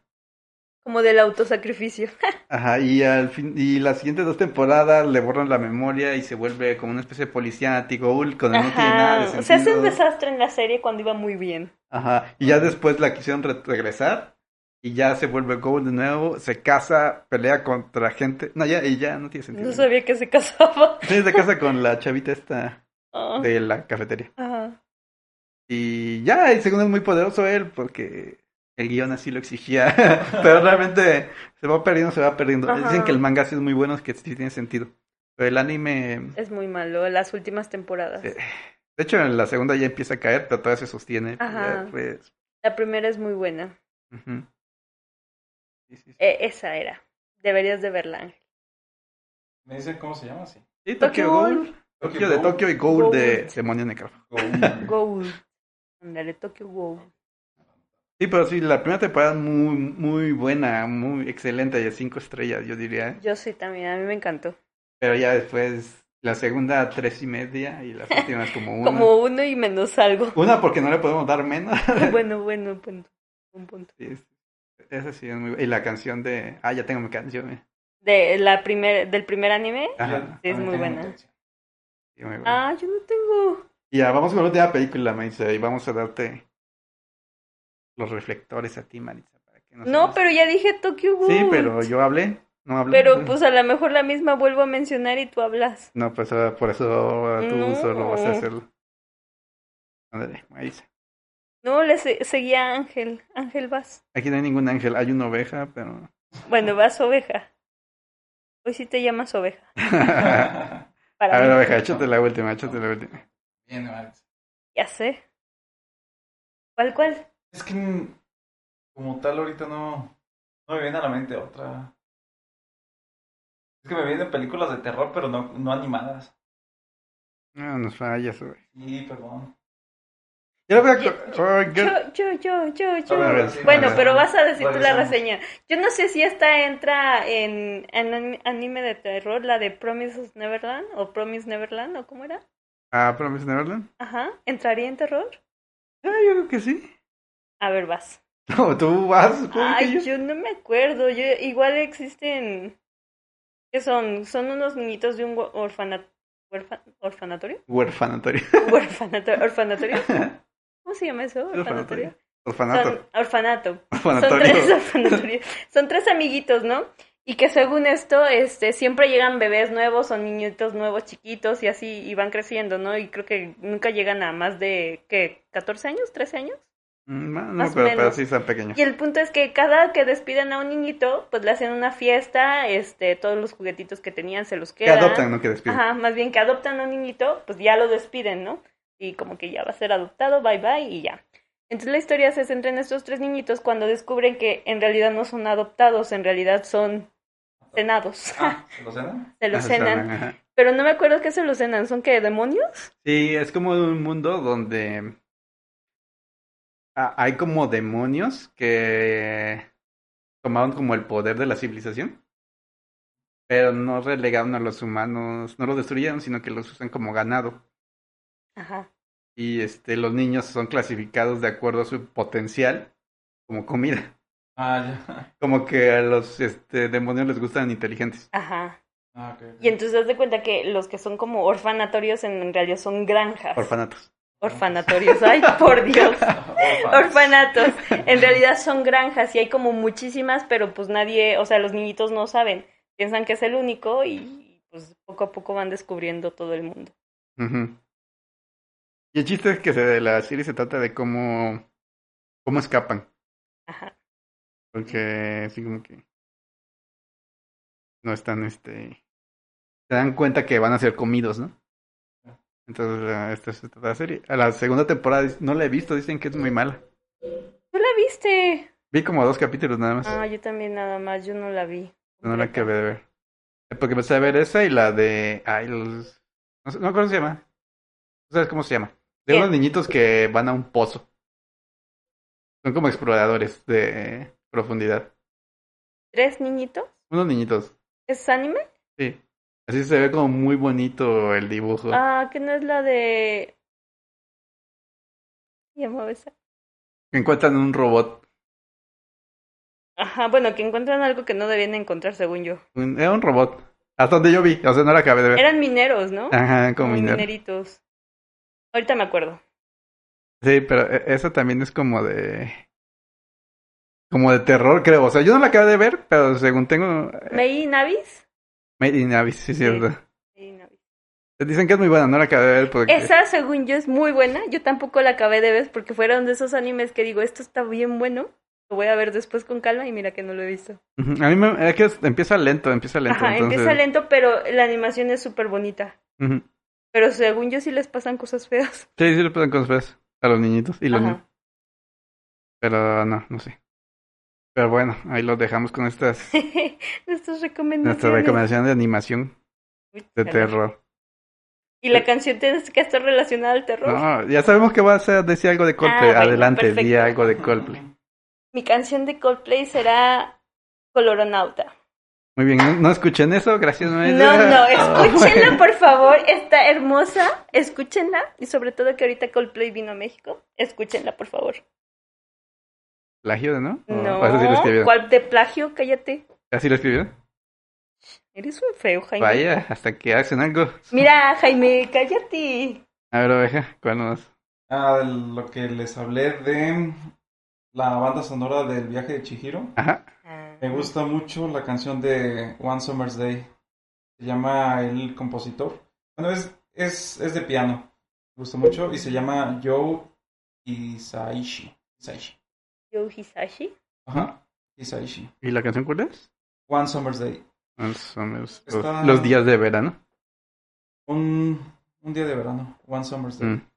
C: Como del autosacrificio.
B: Ajá, y al fin, y las siguientes dos temporadas le borran la memoria y se vuelve como una especie de policía anti-ghoul cuando no tiene nada de
C: Ajá. O sea, hace un
B: sentido.
C: desastre en la serie cuando iba muy bien.
B: Ajá, y ya después la quisieron re- regresar y ya se vuelve ghoul de nuevo, se casa, pelea contra gente. No, ya, y ya no tiene sentido.
C: No sabía que se casaba.
B: Sí, se casa con la chavita esta
C: Ah,
B: de la cafetería.
C: Ajá.
B: Y ya, y según es muy poderoso él porque el guión así lo exigía, pero realmente se va perdiendo, se va perdiendo.
C: Ajá.
B: Dicen que el manga sí es muy bueno, que sí tiene sentido. Pero el anime...
C: Es muy malo, las últimas temporadas.
B: Sí. Eh, De hecho, en la segunda ya empieza a caer, pero todavía se sostiene. pero ya,
C: Ajá.
B: pues,
C: La primera es muy buena.
B: ujú. Sí, sí, sí.
C: Eh, esa era. Deberías de verla, Ángel.
D: Me dice cómo se llama así.
B: Sí,
C: Tokyo
B: Tokyo Ghoul.
C: Ghoul.
B: Tokio de Tokio y Ghoul de
C: Ghoul.
B: Demonio Necrófago.
D: Go-
C: Ghoul. Ándale, Tokyo Ghoul.
B: Sí, pero sí, la primera temporada es muy, muy buena, muy excelente, de cinco estrellas, yo diría.
C: Yo sí también, a mí me encantó.
B: Pero ya después, la segunda tres y media y las últimas como una.
C: Como uno y menos algo.
B: Una porque no le podemos dar menos.
C: bueno, bueno, punto. Un punto.
B: Sí, es- esa sí es muy bu- Y la canción de... Ah, ya tengo mi canción. eh.
C: De la primer, del primer anime.
B: Ajá,
C: Sí, es muy
D: Tiene
C: buena.
D: intención.
B: sí, muy buena.
C: Ah, yo no tengo.
B: Y ya, vamos con la última película, Maritza, y vamos a darte los reflectores a ti, Maritza. Para que nos
C: No,
B: hagas-
C: pero ya dije Tokyo Ghoul.
B: Sí, pero yo hablé, no hablé.
C: Pero pues a lo mejor la misma vuelvo a mencionar y tú hablas.
B: No, pues ah, por eso ah, tú
C: No.
B: solo vas a hacerlo. Ándale, Maritza.
C: No, le se- seguía Ángel. Ángel vas.
B: Aquí no hay ningún ángel, hay una oveja, pero...
C: Bueno, vas oveja. Hoy sí te llamas oveja.
B: a
C: Para
B: ver,
C: mí.
B: oveja, échate la última, échate la última.
D: Bien, Alex.
C: Ya sé. ¿Cuál, cuál?
D: Es que mm, como tal ahorita no, no me viene a la mente otra. Es que me vienen películas de terror, pero no, no animadas.
B: No, nos fallas, oveja.
D: Sí, perdón.
B: Yo la voy a...
C: Yo-
B: co- oh,
C: Yo,
B: girl.
C: yo, yo, yo,
D: A ver, a
C: yo.
D: ver, sí,
C: Bueno,
D: a ver.
C: pero vas a decir tú la
D: Regresamos.
C: reseña. Yo no sé si esta entra en, en an- anime de terror, la de Promises Neverland o Promise Neverland o cómo era.
B: Ah, Promise Neverland.
C: Ajá. ¿Entraría en terror?
B: Ah, yo creo que sí.
C: A ver, vas.
B: No, tú vas. ¿cómo que
C: Ay,
B: yo?
C: yo no me acuerdo. Yo igual existen que son son unos niñitos de un gu- orfana- huerfa- orfanatorio,
B: Huerfanatorio.
C: Huerfanato- orfanatorio. ¿Cómo se llama eso? Orfanatorio.
B: Orfanato.
C: Son orfanato. Son
B: Orfanatorio.
C: tres orfanatorios. Son tres amiguitos, ¿no? Y que según esto, este, siempre llegan bebés nuevos o niñitos nuevos chiquitos y así y van creciendo, ¿no? Y creo que nunca llegan a más de ¿qué? 14 años, 13 años.
B: Mm, No,
C: Más o
B: pero, pero
C: menos.
B: sí están pequeños.
C: Y el punto es que cada que despiden a un niñito, pues le hacen una fiesta, este, todos los juguetitos que tenían se los
B: Que
C: quedan.
B: adoptan, no que despiden.
C: Ajá, más bien que adoptan a un niñito, pues ya lo despiden, ¿no? Y como que ya va a ser adoptado, bye bye y ya. Entonces la historia se centra en estos tres niñitos cuando descubren que en realidad no son adoptados, en realidad son cenados.
D: Ah, ¿se lo cenan?
C: se los
B: Ajá,
C: cenan.
B: ajá.
C: Pero no me acuerdo qué se los cenan, ¿son qué, demonios?
B: Sí, es como un mundo donde ah, hay como demonios que tomaron como el poder de la civilización, pero no relegaron a los humanos, no los destruyeron, sino que los usan como ganado.
C: Ajá.
B: Y este, los niños son clasificados de acuerdo a su potencial como comida.
D: Ah, ya.
B: Como que a los este, demonios les gustan inteligentes.
C: Ajá.
D: Ah, ok, ok.
C: Y entonces haz de cuenta que los que son como orfanatorios en, en realidad son granjas.
B: Orfanatos.
C: Orfanatorios, ay, por Dios.
D: Orfans.
C: Orfanatos. En realidad son granjas y hay como muchísimas, pero pues nadie, o sea, los niñitos no saben. Piensan que es el único y pues poco a poco van descubriendo todo el mundo.
B: Ujú. Y el chiste es que se- la serie se trata de cómo, cómo escapan.
C: Ajá.
B: Porque así como que no están, este, se dan cuenta que van a ser comidos, ¿no? Entonces, ah, esta es la serie. A la segunda temporada dic- no la he visto, dicen que es muy mala.
C: ¿Tú la viste?
B: Vi como dos capítulos nada más,
C: Ah, yo también nada más, yo no la vi.
B: no la acabé de ver. Eh, Porque empecé a ver esa y la de, ay, los- no sé, no cómo se llama. ¿Tú ¿Sabes cómo se llama? De
C: ¿Qué?
B: unos niñitos que van a un pozo. Son como exploradores de profundidad.
C: ¿Tres niñitos?
B: Unos niñitos.
C: ¿Es anime?
B: Sí. Así se ve como muy bonito el dibujo.
C: Ah, que no es la de... ¿Cómo se llamaba esa?
B: Que Encuentran un robot.
C: Ajá, bueno, que encuentran algo que no debían encontrar, según yo.
B: Un- era un robot. Hasta donde yo vi. O sea, no la acabé de ver.
C: Eran mineros, ¿no?
B: Ajá, Ah, como minero.
C: mineritos. Ahorita me acuerdo.
B: Sí, pero e- esa también es como de... Como de terror, creo. O sea, yo no la acabé de ver, pero según tengo... eh,
C: ¿Mei Navis?
B: Made in Abyss, sí, cierto.
C: Mei Navis.
B: Dicen que es muy buena, no la acabé de ver porque...
C: Esa, según yo, es muy buena. Yo tampoco la acabé de ver porque fueron de esos animes que digo, esto está bien bueno. Lo voy a ver después con calma y mira que no lo he visto.
B: Ujú, A mí me... Es que es- empieza lento, empieza lento.
C: Ajá,
B: entonces...
C: empieza lento, pero la animación es súper bonita.
B: Ujú.
C: Pero según yo sí les pasan cosas feas.
B: Sí, sí, lo pasan con sus padres, A los niñitos y los
C: Ajá.
B: niños. Pero no, no sé. Pero bueno, ahí los dejamos con estas
C: Nuestras recomendaciones.
B: nuestras recomendaciones de animación
C: Uy,
B: de
C: chale.
B: terror.
C: Y la canción tiene que estar relacionada al terror. Ah,
B: No, ya sabemos que vas a decir algo de Coldplay.
C: bueno,
B: Adelante, di
C: perfecto.
B: algo de Coldplay.
C: Mi canción de Coldplay será Coloronauta.
B: Muy bien, no, no Ah, escuchen eso, gracias.
C: No, no, escúchenla por favor, está hermosa, escúchenla y sobre todo que ahorita Coldplay vino a México, escúchenla por favor.
B: Plagio, ¿no?
C: No,
B: O eso sí lo escribieron.
C: ¿cuál de plagio? Cállate,
B: ¿Así lo escribieron?
C: eres un feo, Jaime.
B: Vaya, hasta que hacen algo.
C: Mira, Jaime, cállate.
B: A ver, oveja, ¿cuál nos?
D: Ah, lo que les hablé de la banda sonora del viaje de Chihiro.
B: Ajá.
C: Ah,
D: Me gusta mucho la canción de One Summer's Day. Se llama el compositor. Bueno, es, es, es de piano. Me gusta mucho y se llama Joe Isaishi. Isaishi.
C: Yo Hisashi.
D: Ajá. Isaishi.
B: ¿Y la canción cuál es?
D: One Summer's Day.
B: Más o menos, los,
D: Está-
B: los días de verano.
D: Un, un día de verano. One Summer's Day.
B: Mm.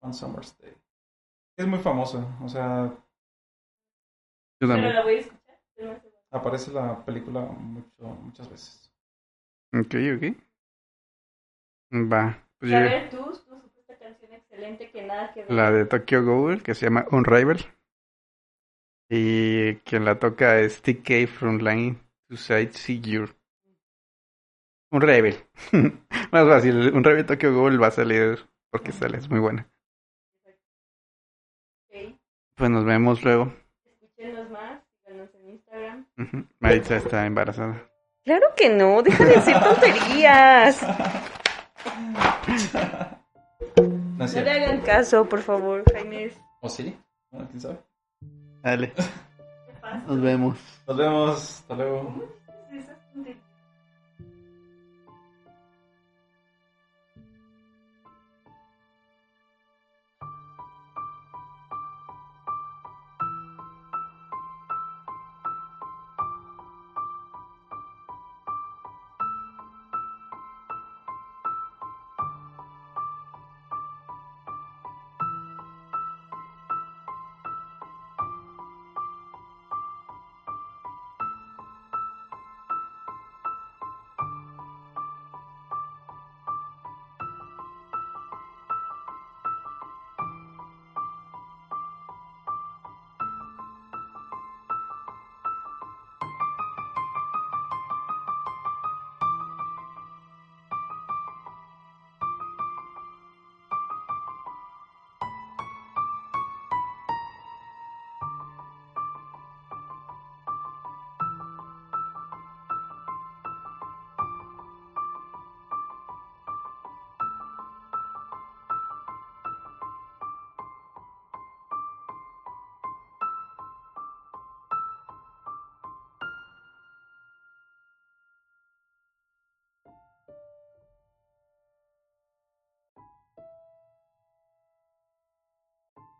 D: One Summer's Day. Es muy famoso. O sea,
B: Yo también.
C: voy a escuchar.
D: aparece la película mucho, muchas veces.
B: Ok, ok. Va. Pues yo-
C: tú, tú esta canción excelente que nada que
B: la de Tokyo Ghoul, que se llama Unrival. Y quien la toca es TK From Line to Side Figure. Unravel. Más fácil. Unravel Tokyo Ghoul va a salir porque sale, es muy buena. Pues nos vemos luego.
C: Escúchenos más, síganos en Instagram.
B: Ujú. Maritza está embarazada.
C: Claro que no, deja de decir tonterías.
D: No es
C: No le
D: cierto.
C: hagan caso, por favor, Jaime. es-
D: ¿O sí? Bueno, quién sabe.
B: Dale. Nos vemos.
D: Nos vemos. Hasta luego.